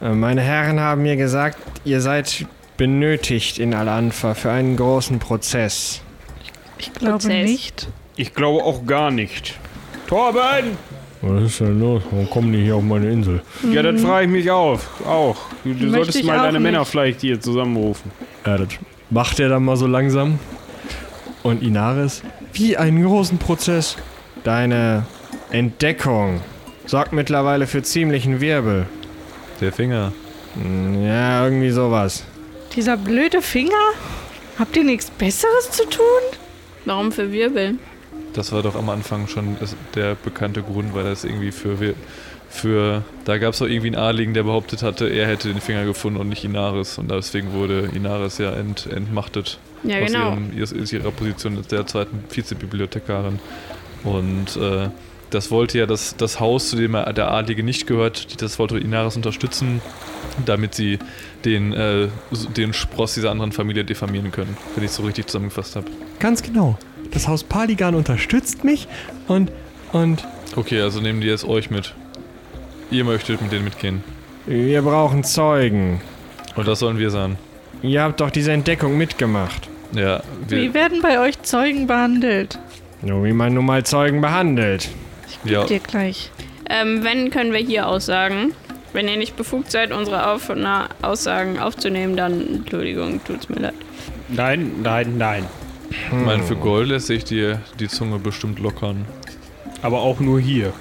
Speaker 11: äh, meine Herren haben mir gesagt, ihr seid benötigt in Al-Anfa für einen großen Prozess.
Speaker 9: Ich glaube
Speaker 8: Prozess.
Speaker 9: nicht.
Speaker 3: Ich glaube auch gar nicht. Torben!
Speaker 10: Was ist denn los? Warum kommen die hier auf meine Insel?
Speaker 3: Ja, das frage ich mich auch. Auch. Du, du
Speaker 9: Mhm. Möchte
Speaker 3: solltest
Speaker 9: ich
Speaker 3: mal
Speaker 9: auch
Speaker 3: deine
Speaker 9: nicht.
Speaker 3: Männer vielleicht hier zusammenrufen.
Speaker 10: Ja, das macht er dann mal so langsam. Und Inaris,
Speaker 11: Wie einen großen Prozess? Deine Entdeckung sorgt mittlerweile für ziemlichen Wirbel.
Speaker 4: Der Finger.
Speaker 11: Hm, Ja, irgendwie sowas.
Speaker 9: Dieser blöde Finger? Habt ihr nichts Besseres zu tun?
Speaker 8: Warum für Wirbel?
Speaker 4: Das war doch am Anfang schon das- der bekannte Grund, weil das irgendwie für. wir- für da gab es doch irgendwie einen Adligen, der behauptet hatte, er hätte den Finger gefunden und nicht Inaris. Und deswegen wurde Inaris ja ent, entmachtet.
Speaker 8: Ja,
Speaker 4: aus,
Speaker 8: genau.
Speaker 4: ihrem, ihres- aus ihrer Position als der zweiten Vizebibliothekarin. Und äh, das wollte ja das, das Haus, zu dem er, der Adlige nicht gehört, das wollte Inaris unterstützen, damit sie den, äh, den Spross dieser anderen Familie diffamieren können, wenn ich es so richtig zusammengefasst habe.
Speaker 10: Ganz genau. Das Haus Paligan unterstützt mich und. und.
Speaker 4: Okay, also nehmen die jetzt euch mit. Ihr möchtet mit denen mitgehen.
Speaker 11: Wir brauchen Zeugen.
Speaker 4: Und das sollen wir sein.
Speaker 11: Ihr habt doch diese Entdeckung mitgemacht.
Speaker 4: Ja, wir,
Speaker 9: Wie werden bei euch Zeugen behandelt?
Speaker 11: Nur wie man nun mal Zeugen behandelt.
Speaker 4: ja,
Speaker 9: Dir gleich.
Speaker 8: Ähm, wenn können wir hier aussagen? Wenn ihr nicht befugt seid, unsere Auf na, Aussagen aufzunehmen, dann Entschuldigung, tut's mir leid.
Speaker 3: Nein, nein, nein.
Speaker 4: ich meine, für Gold lässt sich dir die Zunge bestimmt lockern.
Speaker 3: Aber auch nur hier.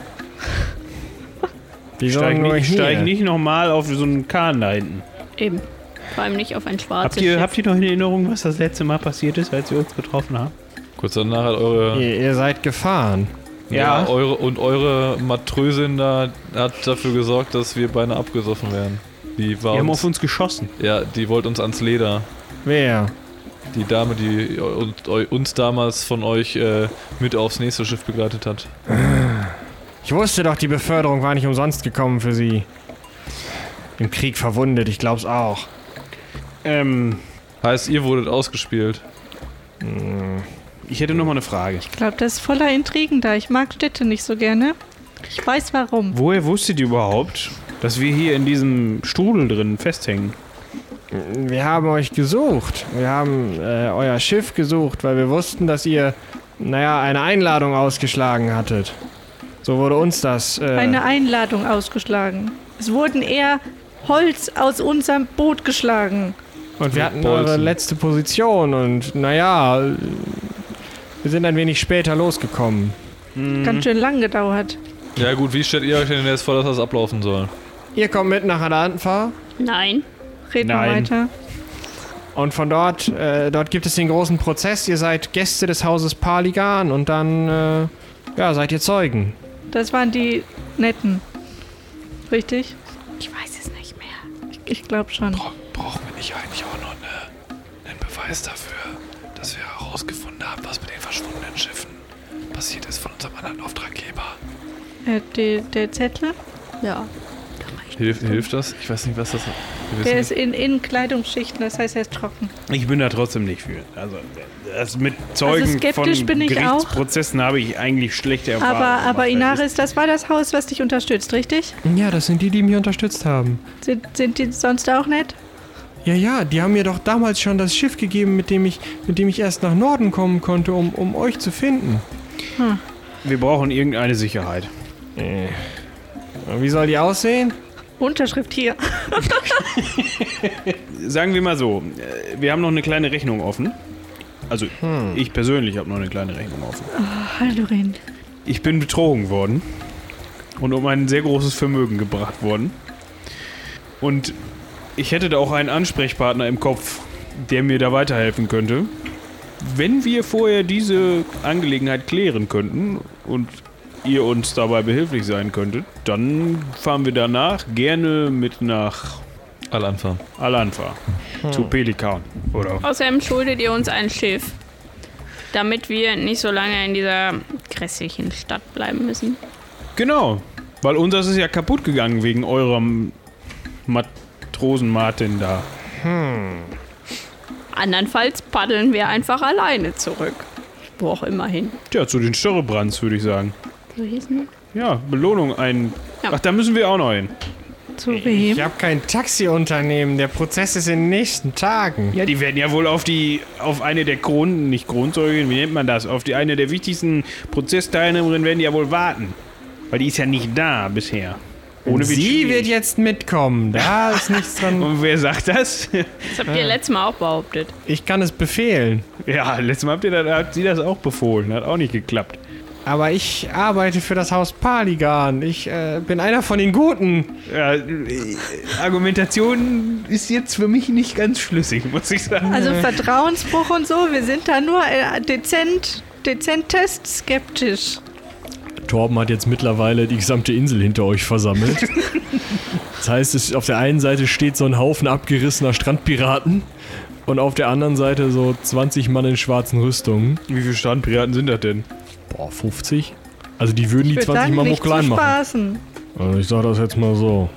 Speaker 11: Die
Speaker 3: Steig
Speaker 11: sollen nur
Speaker 3: nicht,
Speaker 11: hier.
Speaker 3: steig nicht nochmal auf so einen Kahn da hinten.
Speaker 8: Eben. Vor allem nicht auf ein schwarzes
Speaker 3: Habt ihr,
Speaker 8: Schiff.
Speaker 3: habt ihr noch in Erinnerung, was das letzte Mal passiert ist, als wir uns getroffen haben?
Speaker 4: Kurz danach hat eure,
Speaker 11: Ihr, ihr seid gefahren.
Speaker 3: Ja.
Speaker 4: eure und eure Matrösin da hat dafür gesorgt, dass wir beinahe abgesoffen werden. Die war
Speaker 3: Die haben auf
Speaker 4: uns,
Speaker 3: uns geschossen.
Speaker 4: ja, die wollte uns ans Leder.
Speaker 11: Wer?
Speaker 4: Die Dame, die eu- eu- uns damals von euch äh, mit aufs nächste Schiff begleitet hat.
Speaker 11: Ich wusste doch, die Beförderung war nicht umsonst gekommen für sie. Im Krieg verwundet, ich glaub's auch.
Speaker 3: Ähm,
Speaker 4: Heißt, ihr wurdet ausgespielt.
Speaker 3: ich hätte nochmal eine Frage.
Speaker 9: Ich glaube, das ist voller Intrigen da. Ich mag Städte nicht so gerne. Ich weiß warum.
Speaker 3: Woher wusstet ihr überhaupt, dass wir hier in diesem Strudel drin festhängen?
Speaker 11: Wir haben euch gesucht. Wir haben äh, euer Schiff gesucht, weil wir wussten, dass ihr, naja, eine Einladung ausgeschlagen hattet. So wurde uns das. Äh,
Speaker 9: Eine Einladung ausgeschlagen. Es wurden eher Holz aus unserem Boot geschlagen.
Speaker 11: Und wir hatten
Speaker 4: Bolzen.
Speaker 11: eure letzte Position und naja, wir sind ein wenig später losgekommen.
Speaker 9: Ganz schön lang gedauert.
Speaker 4: Ja gut, wie stellt ihr euch denn jetzt vor, dass das ablaufen soll?
Speaker 11: Ihr kommt mit nach Adanfa
Speaker 8: Nein.
Speaker 9: Reden wir
Speaker 3: Nein.
Speaker 9: weiter.
Speaker 11: und von dort, äh, dort gibt es den großen Prozess. Ihr seid Gäste des Hauses Paligan und dann, äh, ja, seid ihr Zeugen.
Speaker 9: Das waren die Netten. Richtig?
Speaker 8: Ich weiß es nicht mehr.
Speaker 9: Ich, ich glaube schon.
Speaker 4: Brauchen wir nicht eigentlich auch noch einen Beweis dafür, dass wir herausgefunden haben, was mit den verschwundenen Schiffen passiert ist von unserem anderen Auftraggeber?
Speaker 9: Äh, die, der Zettel,
Speaker 8: Ja.
Speaker 4: Hilf, hilft das? Ich weiß nicht, was das... Wir
Speaker 9: der ist
Speaker 4: wissen,
Speaker 9: in, in Kleidungsschichten, das heißt, er ist trocken.
Speaker 3: Ich bin da trotzdem nicht für. Also, das mit Zeugen
Speaker 9: Also skeptisch
Speaker 3: von
Speaker 9: bin ich auch.
Speaker 3: Gerichtsprozessen habe ich eigentlich schlechte Erfahrungen.
Speaker 9: Aber,
Speaker 3: gemacht. Also,
Speaker 9: aber
Speaker 3: Das
Speaker 9: Inaris, das war das Haus, was dich unterstützt, richtig?
Speaker 10: Ja, das sind die, die mich unterstützt haben.
Speaker 9: Sind, sind die sonst auch nett?
Speaker 10: Ja, ja, die haben mir doch damals schon das Schiff gegeben, mit dem ich, mit dem ich erst nach Norden kommen konnte, um, um euch zu finden.
Speaker 3: ist- Wir brauchen irgendeine Sicherheit.
Speaker 11: Und wie soll die aussehen?
Speaker 9: Unterschrift hier.
Speaker 3: Sagen wir mal so, äh, wir haben noch eine kleine Rechnung offen. Also, ich persönlich habe noch eine kleine Rechnung offen.
Speaker 9: Haldurin.
Speaker 3: Ich bin betrogen worden und um ein sehr großes Vermögen gebracht worden. Und ich hätte da auch einen Ansprechpartner im Kopf, der mir da weiterhelfen könnte. Wenn wir vorher diese Angelegenheit klären könnten und ihr uns dabei behilflich sein könntet, dann fahren wir danach gerne mit nach
Speaker 4: Al Anfang.
Speaker 3: Alanfa. Zu Pelikan. Oder?
Speaker 8: Außerdem schuldet ihr uns ein Schiff. Damit wir nicht so lange in dieser grässlichen Stadt bleiben müssen.
Speaker 3: Genau. Weil unseres ist ja kaputt gegangen wegen eurem Matrosen-Martin da.
Speaker 8: Andernfalls paddeln wir einfach alleine zurück. Wo auch immer hin.
Speaker 3: Tja, zu den Störrebrands, würde ich sagen.
Speaker 8: So hießen
Speaker 3: Ja, Belohnung ein.
Speaker 8: Ja.
Speaker 3: Ach, da müssen wir auch noch hin.
Speaker 9: Zu wem?
Speaker 11: Ich habe kein Taxiunternehmen. Der Prozess ist in den nächsten Tagen.
Speaker 3: Ja, die werden ja wohl auf die, auf eine der Kronen, nicht Kronzeugen, wie nennt man das? Auf die eine der wichtigsten Prozessteilnehmerinnen werden die ja wohl warten. Weil die ist ja nicht da bisher. Ohne wird
Speaker 11: Sie
Speaker 3: schwierig.
Speaker 11: wird jetzt mitkommen. Da ist nichts dran.
Speaker 3: Und wer sagt das?
Speaker 8: Das habt ihr
Speaker 3: Ah.
Speaker 8: letztes Mal auch behauptet.
Speaker 11: Ich kann es befehlen.
Speaker 3: ja, letztes Mal habt ihr das, hat sie das auch befohlen. Hat auch nicht geklappt.
Speaker 11: Aber ich arbeite für das Haus Paligan. Ich äh, bin einer von den Guten.
Speaker 3: Ja, äh, Argumentation ist jetzt für mich nicht ganz schlüssig, muss ich sagen.
Speaker 9: Also Vertrauensbruch und so, wir sind da nur äh, dezent, dezent skeptisch.
Speaker 10: Torben hat jetzt mittlerweile die gesamte Insel hinter euch versammelt. das heißt, es, auf der einen Seite steht so ein Haufen abgerissener Strandpiraten und auf der anderen Seite so 20 Mann in schwarzen Rüstungen.
Speaker 3: Wie viele Strandpiraten sind das denn?
Speaker 10: Boah, 50? Also die würden die
Speaker 9: Ich würde
Speaker 10: 20
Speaker 9: sagen,
Speaker 10: Mann
Speaker 9: nicht zu
Speaker 10: hochklein machen.
Speaker 9: spaßen.
Speaker 10: Also ich sag das jetzt mal so.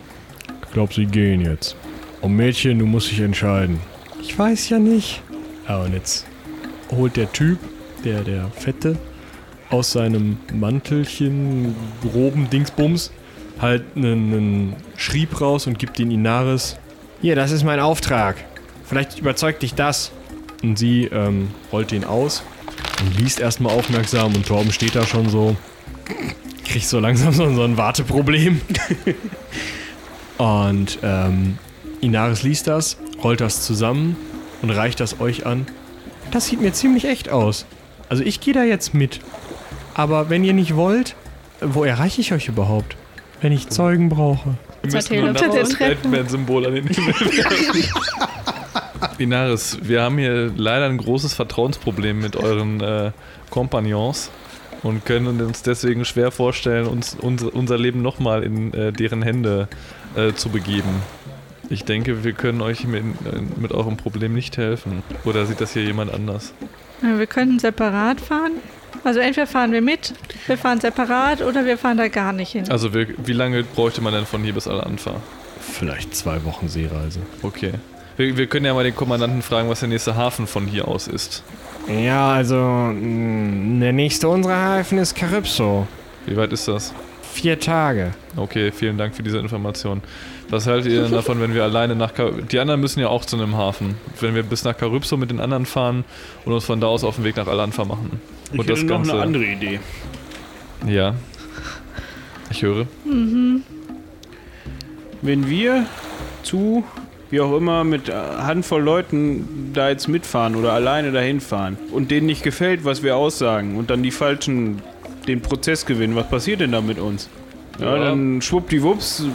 Speaker 10: Ich glaube, sie gehen jetzt. Und Mädchen, du musst dich entscheiden.
Speaker 11: Ich weiß ja nicht.
Speaker 10: Ja, und jetzt holt der Typ, der, der Fette, aus seinem Mantelchen, groben Dingsbums, halt einen, einen Schrieb raus und gibt den Inaris.
Speaker 11: Hier, das ist mein Auftrag. Vielleicht überzeugt dich das.
Speaker 10: Und sie ähm, rollt den aus und liest erstmal aufmerksam. Und Torben steht da schon so, kriegt so langsam so, so ein Warteproblem. und ähm, Inaris liest das, rollt das zusammen und reicht das euch an.
Speaker 11: Das sieht mir ziemlich echt aus. Also ich gehe da jetzt mit. Aber wenn ihr nicht wollt, wo erreiche ich euch überhaupt? Wenn ich Zeugen brauche.
Speaker 9: Unter der Treppe.
Speaker 4: Batman-Symbol an den Himmel. Inaris, wir haben hier leider ein großes Vertrauensproblem mit euren äh, Kompagnons und können uns deswegen schwer vorstellen, uns, uns, unser Leben nochmal in äh, deren Hände äh, zu begeben. Ich denke, wir können euch mit, mit eurem Problem nicht helfen. Oder sieht das hier jemand anders?
Speaker 9: Ja, Wir könnten separat fahren. Also entweder fahren wir mit, wir fahren separat oder wir fahren da gar nicht hin.
Speaker 4: Also, wir, wie lange bräuchte man denn von hier bis Al-Anfa?
Speaker 10: Vielleicht zwei Wochen Seereise.
Speaker 4: Okay. Wir, wir können ja mal den Kommandanten fragen, was der nächste Hafen von hier aus ist.
Speaker 11: Ja, also mh, der nächste unserer Hafen ist Calypso.
Speaker 4: Wie weit ist das?
Speaker 11: Vier Tage.
Speaker 4: Okay, vielen Dank für diese Information. Was haltet ihr denn davon, wenn wir alleine nach Ka Die anderen müssen ja auch zu einem Hafen. Wenn wir bis nach Karypso mit den anderen fahren und uns von da aus auf den Weg nach Alanfa machen.
Speaker 3: Ich
Speaker 4: Und
Speaker 3: hätte noch eine andere Idee.
Speaker 4: Ja. Ich höre.
Speaker 3: Wenn wir zu, wie auch immer, mit äh, Handvoll Leuten da jetzt mitfahren oder alleine dahin fahren und denen nicht gefällt, was wir aussagen und dann die Falschen den Prozess gewinnen, was passiert denn da mit uns? Ja,
Speaker 4: Ja.
Speaker 3: dann schwuppdiwupps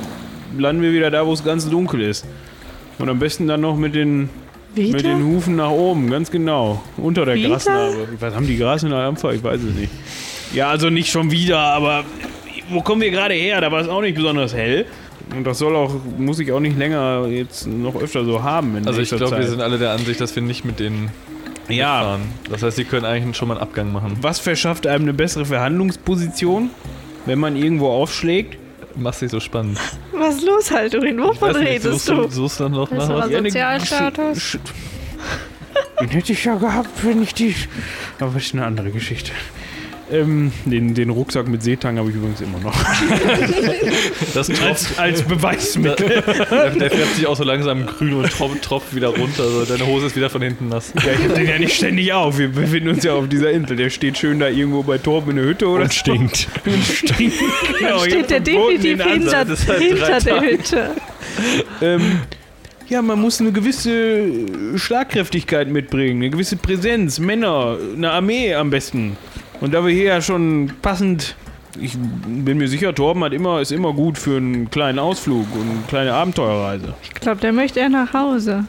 Speaker 3: landen wir wieder da, wo es ganz dunkel ist. Und am besten dann noch mit den, mit den
Speaker 9: Wieder?
Speaker 3: Hufen nach oben, ganz genau. Unter der
Speaker 9: Wieder?
Speaker 3: Grasnarbe. Was haben die Gras in der Ampfer? Ich weiß es nicht. Ja, also nicht schon wieder, aber wo kommen wir gerade her? Da war es auch nicht besonders hell. Und das soll auch, muss ich auch nicht länger jetzt noch öfter so haben. In
Speaker 4: Also ich
Speaker 3: nächster
Speaker 4: glaube, wir
Speaker 3: Zeit.
Speaker 4: sind alle der Ansicht, dass wir nicht mit denen
Speaker 3: Ja,
Speaker 4: fahren. Das heißt, sie können eigentlich schon mal einen Abgang machen.
Speaker 3: was verschafft einem eine bessere Verhandlungsposition, wenn man irgendwo aufschlägt?
Speaker 4: Mach's nicht so spannend.
Speaker 9: Was ist los, Haldurin? Wovon redest
Speaker 4: suchst
Speaker 9: du?
Speaker 4: Suchst dann noch
Speaker 9: Das ist
Speaker 4: nach was?
Speaker 9: aber Sozialstatus.
Speaker 3: Sch
Speaker 11: Den hätte ich ja gehabt, wenn ich die.
Speaker 3: aber das ist eine andere Geschichte. Ähm, den, den Rucksack mit Seetang habe ich übrigens immer noch.
Speaker 4: Das tropft.
Speaker 3: Als, als Beweismittel.
Speaker 4: Der, der färbt sich auch so langsam grün und tropft, tropft wieder runter. Also deine Hose ist wieder von hinten nass.
Speaker 3: Ja, ich hab den ja nicht ständig auf. Wir befinden uns ja auf dieser Insel. Der steht schön da irgendwo bei Torben in der Hütte oder
Speaker 10: Und stinkt.
Speaker 3: stinkt. Genau,
Speaker 9: Da steht der definitiv hinter, hinter der Hütte.
Speaker 3: Ähm, ja, man muss eine gewisse äh, Schlagkräftigkeit mitbringen, eine gewisse Präsenz, Männer, eine Armee am besten. Und da wir hier ja schon passend, ich bin mir sicher, Torben hat immer, ist immer gut für einen kleinen Ausflug und eine kleine Abenteuerreise.
Speaker 9: Ich glaube, der möchte er nach Hause.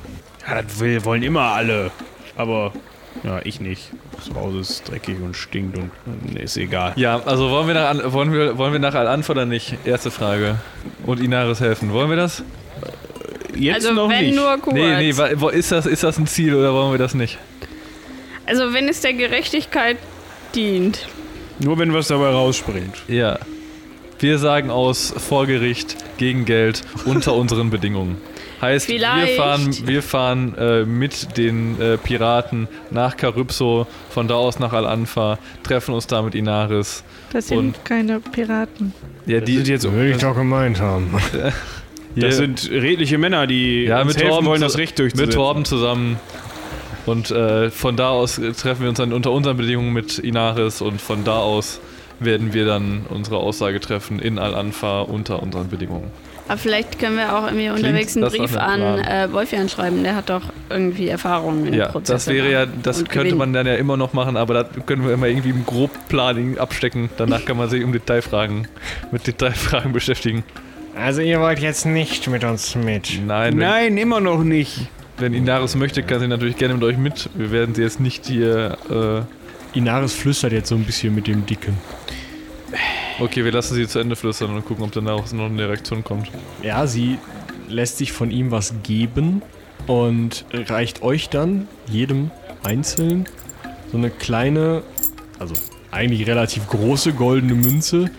Speaker 3: Ja, das will, wollen immer alle. Aber, ja, ich nicht. Das Haus ist dreckig und stinkt und äh, ist egal.
Speaker 4: Ja, also wollen wir nach, Al- wollen wir, wollen wir nach Al-Anf oder nicht? Erste Frage. Und Inaris helfen. Wollen wir das?
Speaker 3: Jetzt
Speaker 8: Also
Speaker 3: noch
Speaker 8: wenn
Speaker 3: nicht.
Speaker 8: nur kurz.
Speaker 4: Nee, nee, wa- wo- ist das, ist das ein Ziel oder wollen wir das nicht?
Speaker 8: also wenn es der Gerechtigkeit dient.
Speaker 3: Nur wenn was dabei rausspringt.
Speaker 4: Ja. Wir sagen aus vor Gericht gegen Geld unter unseren Bedingungen. Heißt, wir
Speaker 8: Vielleicht.
Speaker 4: fahren, wir fahren äh, mit den äh, Piraten nach Karypso, von da aus nach Al-Anfa, treffen uns da mit Inaris.
Speaker 9: Das sind
Speaker 4: Und-
Speaker 9: keine Piraten.
Speaker 4: Ja, die,
Speaker 3: jetzt
Speaker 11: Würde ich doch gemeint haben.
Speaker 4: hier-
Speaker 3: Das sind redliche Männer, die
Speaker 4: Ja,
Speaker 3: uns
Speaker 4: mit
Speaker 3: helfen
Speaker 4: Torben
Speaker 3: wollen,
Speaker 4: zu-
Speaker 3: das Recht
Speaker 4: mit
Speaker 3: durchzusetzen.
Speaker 4: Torben zusammen. Und äh, von da aus äh, treffen wir uns dann unter unseren Bedingungen mit Inaris und von da aus werden wir dann unsere Aussage treffen in Al-Anfa unter unseren Bedingungen.
Speaker 8: Aber vielleicht können wir auch irgendwie unterwegs einen
Speaker 4: das nach
Speaker 8: Brief an
Speaker 4: einem
Speaker 8: äh, Wolfi anschreiben. Der hat doch irgendwie Erfahrungen mit
Speaker 4: Ja,
Speaker 8: dem Prozess. genau.
Speaker 4: das wäre ja, das
Speaker 8: Und
Speaker 4: könnte
Speaker 8: gewinnen.
Speaker 4: man dann ja immer noch machen, aber da können wir immer irgendwie im Grobplan abstecken. Danach kann man sich um Detailfragen, mit Detailfragen beschäftigen.
Speaker 11: Also ihr wollt jetzt nicht mit uns mit.
Speaker 4: Nein, wenn,
Speaker 3: Nein, immer noch nicht.
Speaker 4: wenn Inaris möchte, kann sie natürlich gerne mit euch mit. Wir werden sie jetzt nicht hier.
Speaker 10: Inaris flüstert jetzt so ein bisschen mit dem Dicken.
Speaker 4: Äh, okay, wir lassen sie zu Ende flüstern und gucken, ob danach noch eine Reaktion kommt.
Speaker 10: Ja, sie lässt sich von ihm was geben und reicht euch dann, jedem einzeln, so eine kleine, also eigentlich relativ große goldene Münze.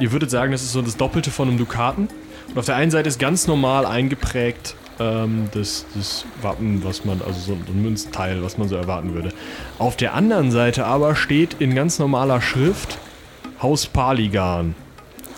Speaker 10: Ihr würdet sagen, das ist so das Doppelte von einem Dukaten. Und auf der einen Seite ist ganz normal eingeprägt ähm, das, das Wappen, was man, also so ein Münzteil, was man so erwarten würde. Auf der anderen Seite aber steht in ganz normaler Schrift Haus Paligan.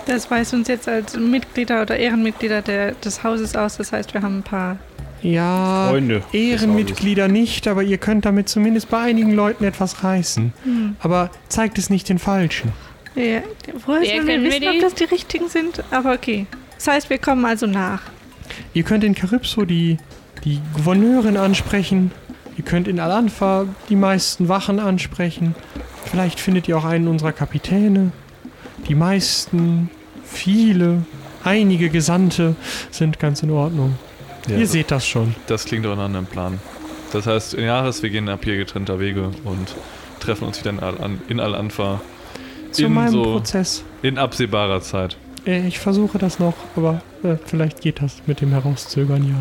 Speaker 9: Das weist uns jetzt als Mitglieder oder Ehrenmitglieder der, des Hauses aus. Das heißt, wir haben ein paar.
Speaker 11: Ja,
Speaker 3: Freunde.
Speaker 11: Ehrenmitglieder nicht, aber ihr könnt damit zumindest bei einigen Leuten etwas reißen. Aber zeigt es nicht den Falschen.
Speaker 9: Ja, woher sollen wir
Speaker 8: können wir
Speaker 9: wissen,
Speaker 8: die-
Speaker 9: ob das die richtigen sind? Aber okay. Das heißt, wir kommen also nach.
Speaker 11: Ihr könnt in Calypso die, die Gouverneurin ansprechen. Ihr könnt in Al-Anfa die meisten Wachen ansprechen. Vielleicht findet ihr auch einen unserer Kapitäne. Die meisten, viele, einige Gesandte sind ganz in Ordnung.
Speaker 4: Ja,
Speaker 11: ihr
Speaker 4: das-
Speaker 11: seht das schon.
Speaker 4: Das klingt doch nach einem Plan. Das heißt, in Jahres, wir gehen ab hier getrennter Wege und treffen uns wieder in Al- in Al-Anfa
Speaker 11: Zu
Speaker 4: in
Speaker 11: meinem
Speaker 4: so-
Speaker 11: Prozess.
Speaker 4: in absehbarer Zeit.
Speaker 11: Äh, Ich versuche das noch, aber äh, vielleicht geht das mit dem Herauszögern ja.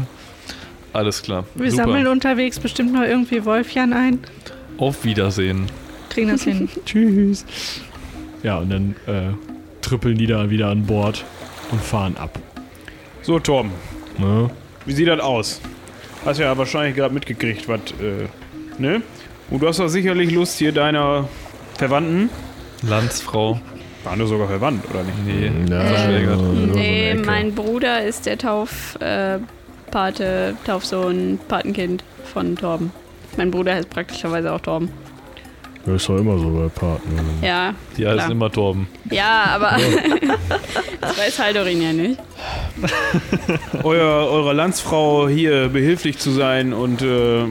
Speaker 4: Alles klar.
Speaker 9: Wir sammeln unterwegs bestimmt noch irgendwie Wolfjan ein.
Speaker 4: Auf Wiedersehen.
Speaker 9: Kriegen das hin.
Speaker 11: Tschüss.
Speaker 10: Ja, und dann äh, trippeln die da wieder an Bord und fahren ab.
Speaker 3: So, Tom,
Speaker 10: Ne?
Speaker 3: wie sieht das aus? Hast ja wahrscheinlich gerade mitgekriegt, was, äh, ne? Und du hast doch sicherlich Lust, hier deiner Verwandten.
Speaker 4: Landsfrau.
Speaker 3: Waren du sogar verwandt, oder nicht?
Speaker 4: Nee.
Speaker 10: Hm,
Speaker 8: Verschwägert. Nee,
Speaker 10: Ecke.
Speaker 8: mein Bruder ist der Taufpate, äh, Pate, Taufsohn, Patenkind von Torben. Mein Bruder heißt praktischerweise auch Torben.
Speaker 10: Das ist doch immer so bei Paten.
Speaker 8: Ja,
Speaker 4: Die heißen
Speaker 8: Klar.
Speaker 4: immer Torben.
Speaker 8: ja, aber das weiß Haldorin ja nicht.
Speaker 3: Euer, eurer Landsfrau hier behilflich zu sein und äh,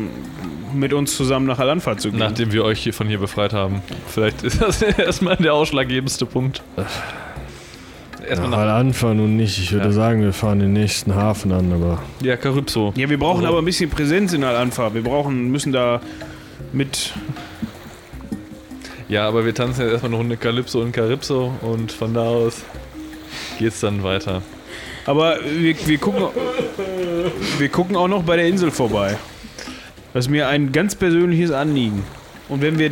Speaker 3: mit uns zusammen nach Alanfa
Speaker 9: Mhm.
Speaker 3: zu gehen.
Speaker 4: Nachdem wir euch hier von hier befreit haben. Vielleicht ist das erstmal der ausschlaggebendste Punkt. Erstmal nach.
Speaker 10: Mal anfahren und nicht. Ich würde
Speaker 4: Ja.
Speaker 10: sagen, wir fahren den nächsten Hafen an, aber.
Speaker 4: Ja, Karypso.
Speaker 3: ja, wir brauchen aber ein bisschen Präsenz in Alanfa. Wir brauchen, müssen da mit
Speaker 4: Ja, aber wir tanzen jetzt erstmal eine Runde Kalypso und Karypso und von da aus geht's dann weiter.
Speaker 3: Aber wir, wir, gucken, wir gucken auch noch bei der Insel vorbei. Das ist mir ein ganz persönliches Anliegen. Und wenn wir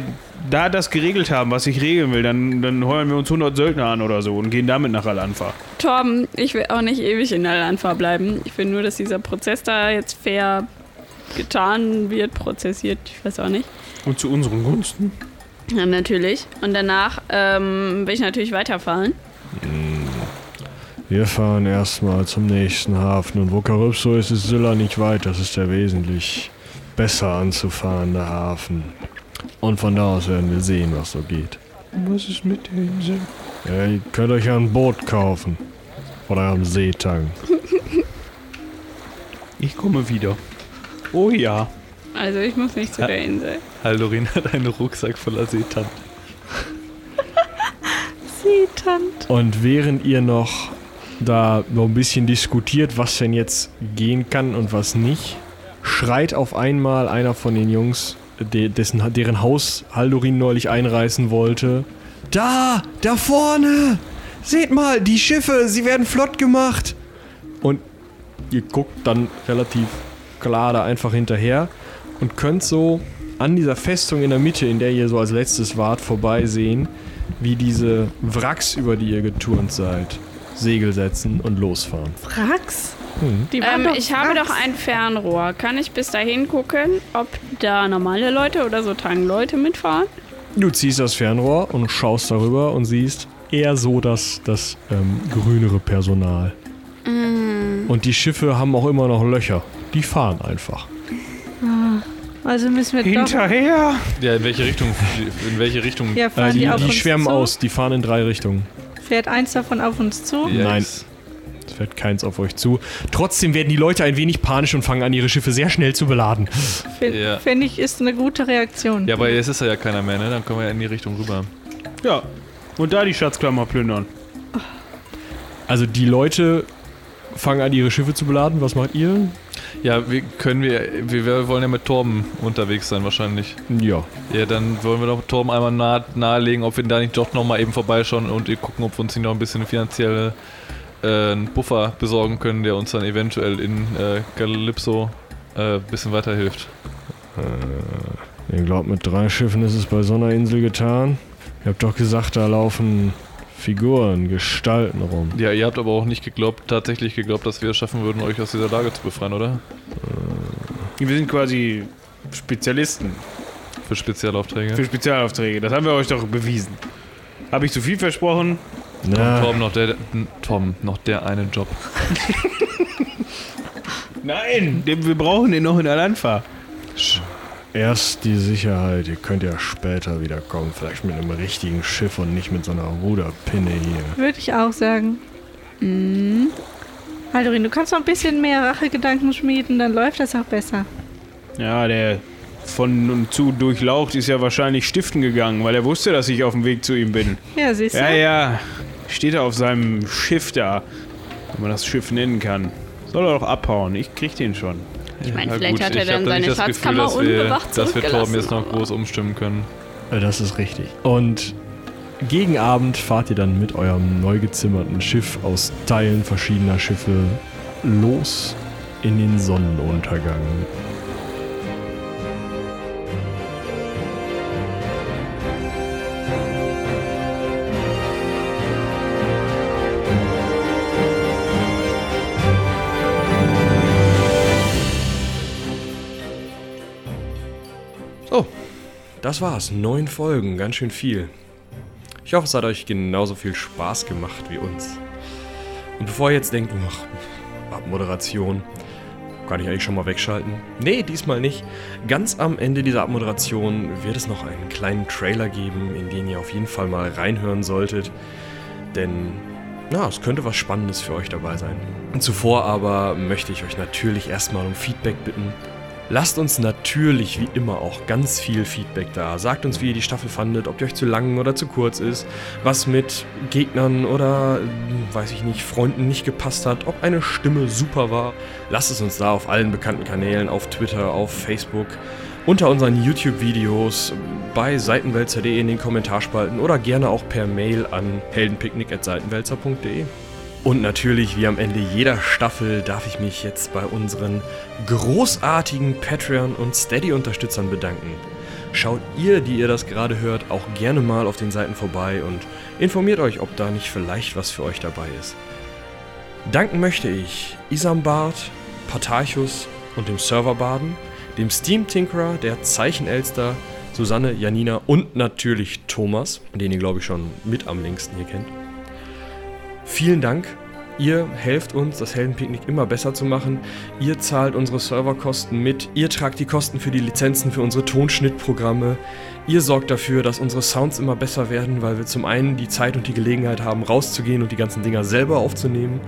Speaker 3: da das geregelt haben, was ich regeln will, dann, dann heuern wir uns 100 Söldner an oder so und gehen damit nach Al-Anfa.
Speaker 8: Torben, ich will auch nicht ewig in Alanfa bleiben. Ich will nur, dass dieser Prozess da jetzt fair getan wird, prozessiert, ich weiß auch nicht.
Speaker 3: Und zu unseren Gunsten?
Speaker 8: Ja, natürlich. Und danach ähm, will ich natürlich weiterfahren.
Speaker 10: Wir fahren erstmal zum nächsten Hafen. Und wo Karypso ist, ist Sylla nicht weit. Das ist der wesentlich besser anzufahrende Hafen. Und von da aus werden wir sehen, was so geht.
Speaker 11: Was ist mit der Insel?
Speaker 10: Ja, ihr könnt euch ja ein Boot kaufen. Oder am Seetang.
Speaker 3: Ich komme wieder. Oh ja.
Speaker 8: Also ich muss nicht zu der Insel.
Speaker 4: Haldorin hat einen Rucksack voller Seetang.
Speaker 10: Und während ihr noch da so ein bisschen diskutiert, was denn jetzt gehen kann und was nicht, schreit auf einmal einer von den Jungs, de dessen, deren Haus Haldorin neulich einreißen wollte.
Speaker 11: Da, da vorne! Seht mal, die Schiffe, sie werden flott gemacht.
Speaker 10: Ihr guckt dann relativ klar da einfach hinterher und könnt so an dieser Festung in der Mitte, in der ihr so als letztes wart, vorbeisehen, wie diese Wracks, über die ihr geturnt seid, Segel setzen und losfahren.
Speaker 9: Frax?
Speaker 10: Mhm.
Speaker 9: Die waren
Speaker 8: Ähm,
Speaker 9: doch
Speaker 8: ich habe
Speaker 9: Wracks.
Speaker 8: doch ein Fernrohr. Kann ich bis dahin gucken, ob da normale Leute oder so Tang-Leute mitfahren?
Speaker 10: Du ziehst das Fernrohr und schaust darüber und siehst eher so das, das ähm, grünere Personal.
Speaker 9: Mm.
Speaker 10: Und die Schiffe haben auch immer noch Löcher. Die fahren einfach.
Speaker 9: Also müssen wir doch.
Speaker 12: Hinterher?
Speaker 4: Ja, in welche Richtung? In welche Richtung?
Speaker 9: Ja,
Speaker 10: Also
Speaker 9: fahren die,
Speaker 13: Äh, die
Speaker 9: auf
Speaker 13: die
Speaker 9: uns
Speaker 13: schwärmen
Speaker 9: zu?
Speaker 13: aus, die fahren in drei Richtungen.
Speaker 9: Fährt eins davon auf uns zu?
Speaker 13: Nein.
Speaker 4: Yikes.
Speaker 13: Es fährt keins auf euch zu. Trotzdem werden die Leute ein wenig panisch und fangen an, ihre Schiffe sehr schnell zu beladen.
Speaker 9: Finde
Speaker 4: Ja.
Speaker 9: find ich, ist eine gute Reaktion.
Speaker 4: Ja, aber jetzt ist da ja keiner mehr, ne? Dann kommen wir ja in die Richtung rüber.
Speaker 3: Ja. Und da die Schatzklammer plündern.
Speaker 13: Also die Leute fangen an, ihre Schiffe zu beladen. Was macht ihr?
Speaker 4: Ja, wir können wir, wir, wir wollen ja mit Torben unterwegs sein wahrscheinlich.
Speaker 13: Ja.
Speaker 4: Ja, dann wollen wir doch Torben einmal nah, nahelegen, ob wir da nicht doch nochmal eben vorbeischauen und gucken, ob wir uns nicht noch ein bisschen finanzielle äh, einen Buffer besorgen können, der uns dann eventuell in äh, Calypso äh, ein bisschen weiterhilft.
Speaker 13: Ihr glaubt, mit drei Schiffen ist es bei so einer Insel getan? Ihr habt doch gesagt, da laufen Figuren, Gestalten rum.
Speaker 4: Ja, ihr habt aber auch nicht geglaubt, tatsächlich geglaubt, dass wir es schaffen würden, euch aus dieser Lage zu befreien, oder?
Speaker 3: Wir sind quasi Spezialisten
Speaker 4: Für Spezialaufträge.
Speaker 3: für Spezialaufträge. Das haben wir euch doch bewiesen. Habe ich zu viel versprochen?
Speaker 13: Na,
Speaker 4: Torben noch der, n- Tom, noch der eine Job.
Speaker 3: Nein, den- wir brauchen den noch in Alanfa.
Speaker 13: erst die Sicherheit. Ihr könnt ja später wiederkommen. Vielleicht mit einem richtigen Schiff und nicht mit so einer Ruderpinne hier.
Speaker 9: Würde ich auch sagen. Mhm. Haldorin, du kannst noch ein bisschen mehr Rachegedanken schmieden, dann läuft das auch besser.
Speaker 3: Ja, der von und zu durchlaucht ist ja wahrscheinlich stiften gegangen, weil er wusste, dass ich auf dem Weg zu ihm bin.
Speaker 9: Ja, siehst du?
Speaker 3: Ja, ja. Steht er auf seinem Schiff da. Wenn man das Schiff nennen kann. Soll er doch abhauen. Ich krieg den schon.
Speaker 8: Ich meine,
Speaker 4: Ja,
Speaker 8: vielleicht
Speaker 4: gut,
Speaker 8: hat er
Speaker 4: ich hab
Speaker 8: dann
Speaker 4: da
Speaker 8: seine
Speaker 4: nicht das Gefühl,
Speaker 8: Schatzkammer
Speaker 4: dass wir-
Speaker 8: unbewacht
Speaker 4: Dass wir Torben
Speaker 8: zurückgelassen,
Speaker 4: jetzt noch
Speaker 8: aber-
Speaker 4: groß umstimmen können.
Speaker 13: Äh, Das ist richtig. Und gegen Abend fahrt ihr dann mit eurem neu gezimmerten Schiff aus Teilen verschiedener Schiffe los in den Sonnenuntergang.
Speaker 10: Das war's. Neun Folgen, ganz schön viel. Ich hoffe, es hat euch genauso viel Spaß gemacht wie uns. Und bevor ihr jetzt denkt, ach, Abmoderation, kann ich eigentlich schon mal wegschalten? Nee, diesmal nicht. Ganz am Ende dieser Abmoderation wird es noch einen kleinen Trailer geben, in den ihr auf jeden Fall mal reinhören solltet. Denn, na, es könnte was Spannendes für euch dabei sein. Zuvor aber möchte ich euch natürlich erstmal um Feedback bitten. Lasst uns natürlich wie immer auch ganz viel Feedback da. Sagt uns, wie ihr die Staffel fandet, ob die euch zu lang oder zu kurz ist, was mit Gegnern oder, äh, weiß ich nicht, Freunden nicht gepasst hat, ob eine Stimme super war. Lasst es uns da auf allen bekannten Kanälen, auf Twitter, auf Facebook, unter unseren YouTube-Videos, bei seitenwälzer.de in den Kommentarspalten oder gerne auch per Mail an heldenpicknick.seitenwälzer.de. Und natürlich, wie am Ende jeder Staffel, darf ich mich jetzt bei unseren großartigen Patreon- und Steady-Unterstützern bedanken. Schaut ihr, die ihr das gerade hört, auch gerne mal auf den Seiten vorbei und informiert euch, ob da nicht vielleicht was für euch dabei ist. Danken möchte ich Isambard, Patarchus und dem Serverbaden, dem Steam Tinkerer, der Zeichenelster, Susanne, Janina und natürlich Thomas, den ihr glaube ich schon mit am längsten hier kennt. Vielen Dank. Ihr helft uns, das Heldenpicknick immer besser zu machen. Ihr zahlt unsere Serverkosten mit. Ihr tragt die Kosten für die Lizenzen für unsere Tonschnittprogramme. Ihr sorgt dafür, dass unsere Sounds immer besser werden, weil wir zum einen die Zeit und die Gelegenheit haben, rauszugehen und die ganzen Dinger selber aufzunehmen.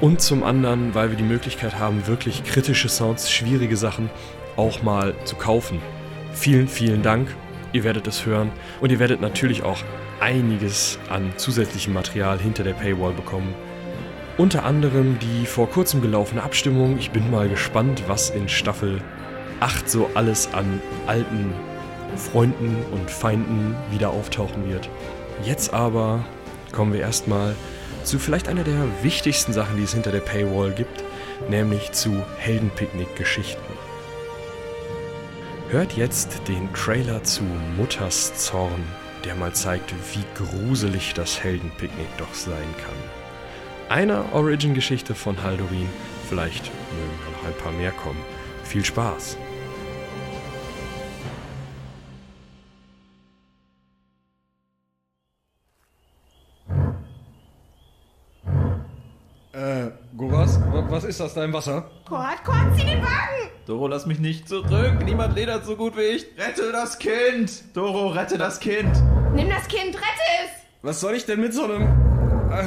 Speaker 10: Und zum anderen, weil wir die Möglichkeit haben, wirklich kritische Sounds, schwierige Sachen auch mal zu kaufen. Vielen, vielen Dank. Ihr werdet es hören und ihr werdet natürlich auch einiges an zusätzlichem Material hinter der Paywall bekommen. Unter anderem die vor kurzem gelaufene Abstimmung. Ich bin mal gespannt, was in Staffel 8 so alles an alten Freunden und Feinden wieder auftauchen wird. Jetzt aber kommen wir erstmal zu vielleicht einer der wichtigsten Sachen, die es hinter der Paywall gibt, nämlich zu Heldenpicknick-Geschichten. Hört jetzt den Trailer zu Mutters Zorn, der mal zeigt, wie gruselig das Heldenpicknick doch sein kann. Einer Origin-Geschichte von Halloween, vielleicht mögen da noch ein paar mehr kommen. Viel Spaß!
Speaker 14: Goras, wa- was ist das da im Wasser?
Speaker 7: Kurt, Kurt, zieh den Wagen! Doro, lass mich nicht zurück. Niemand ledert so gut wie ich. Rette das Kind. Doro, rette das Kind.
Speaker 9: Nimm das Kind, rette es!
Speaker 7: Was soll ich denn mit so einem... Ah,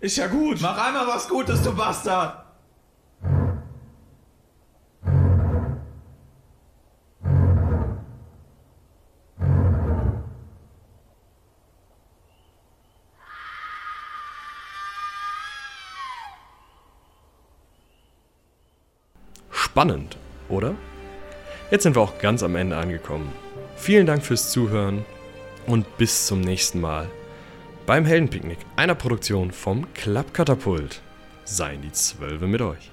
Speaker 7: ist ja gut. Mach einmal was Gutes, du Bastard.
Speaker 10: Spannend, oder? Jetzt sind wir auch ganz am Ende angekommen. Vielen Dank fürs Zuhören und bis zum nächsten Mal beim Heldenpicknick, einer Produktion vom Klappkatapult. Seien die Zwölfe mit euch.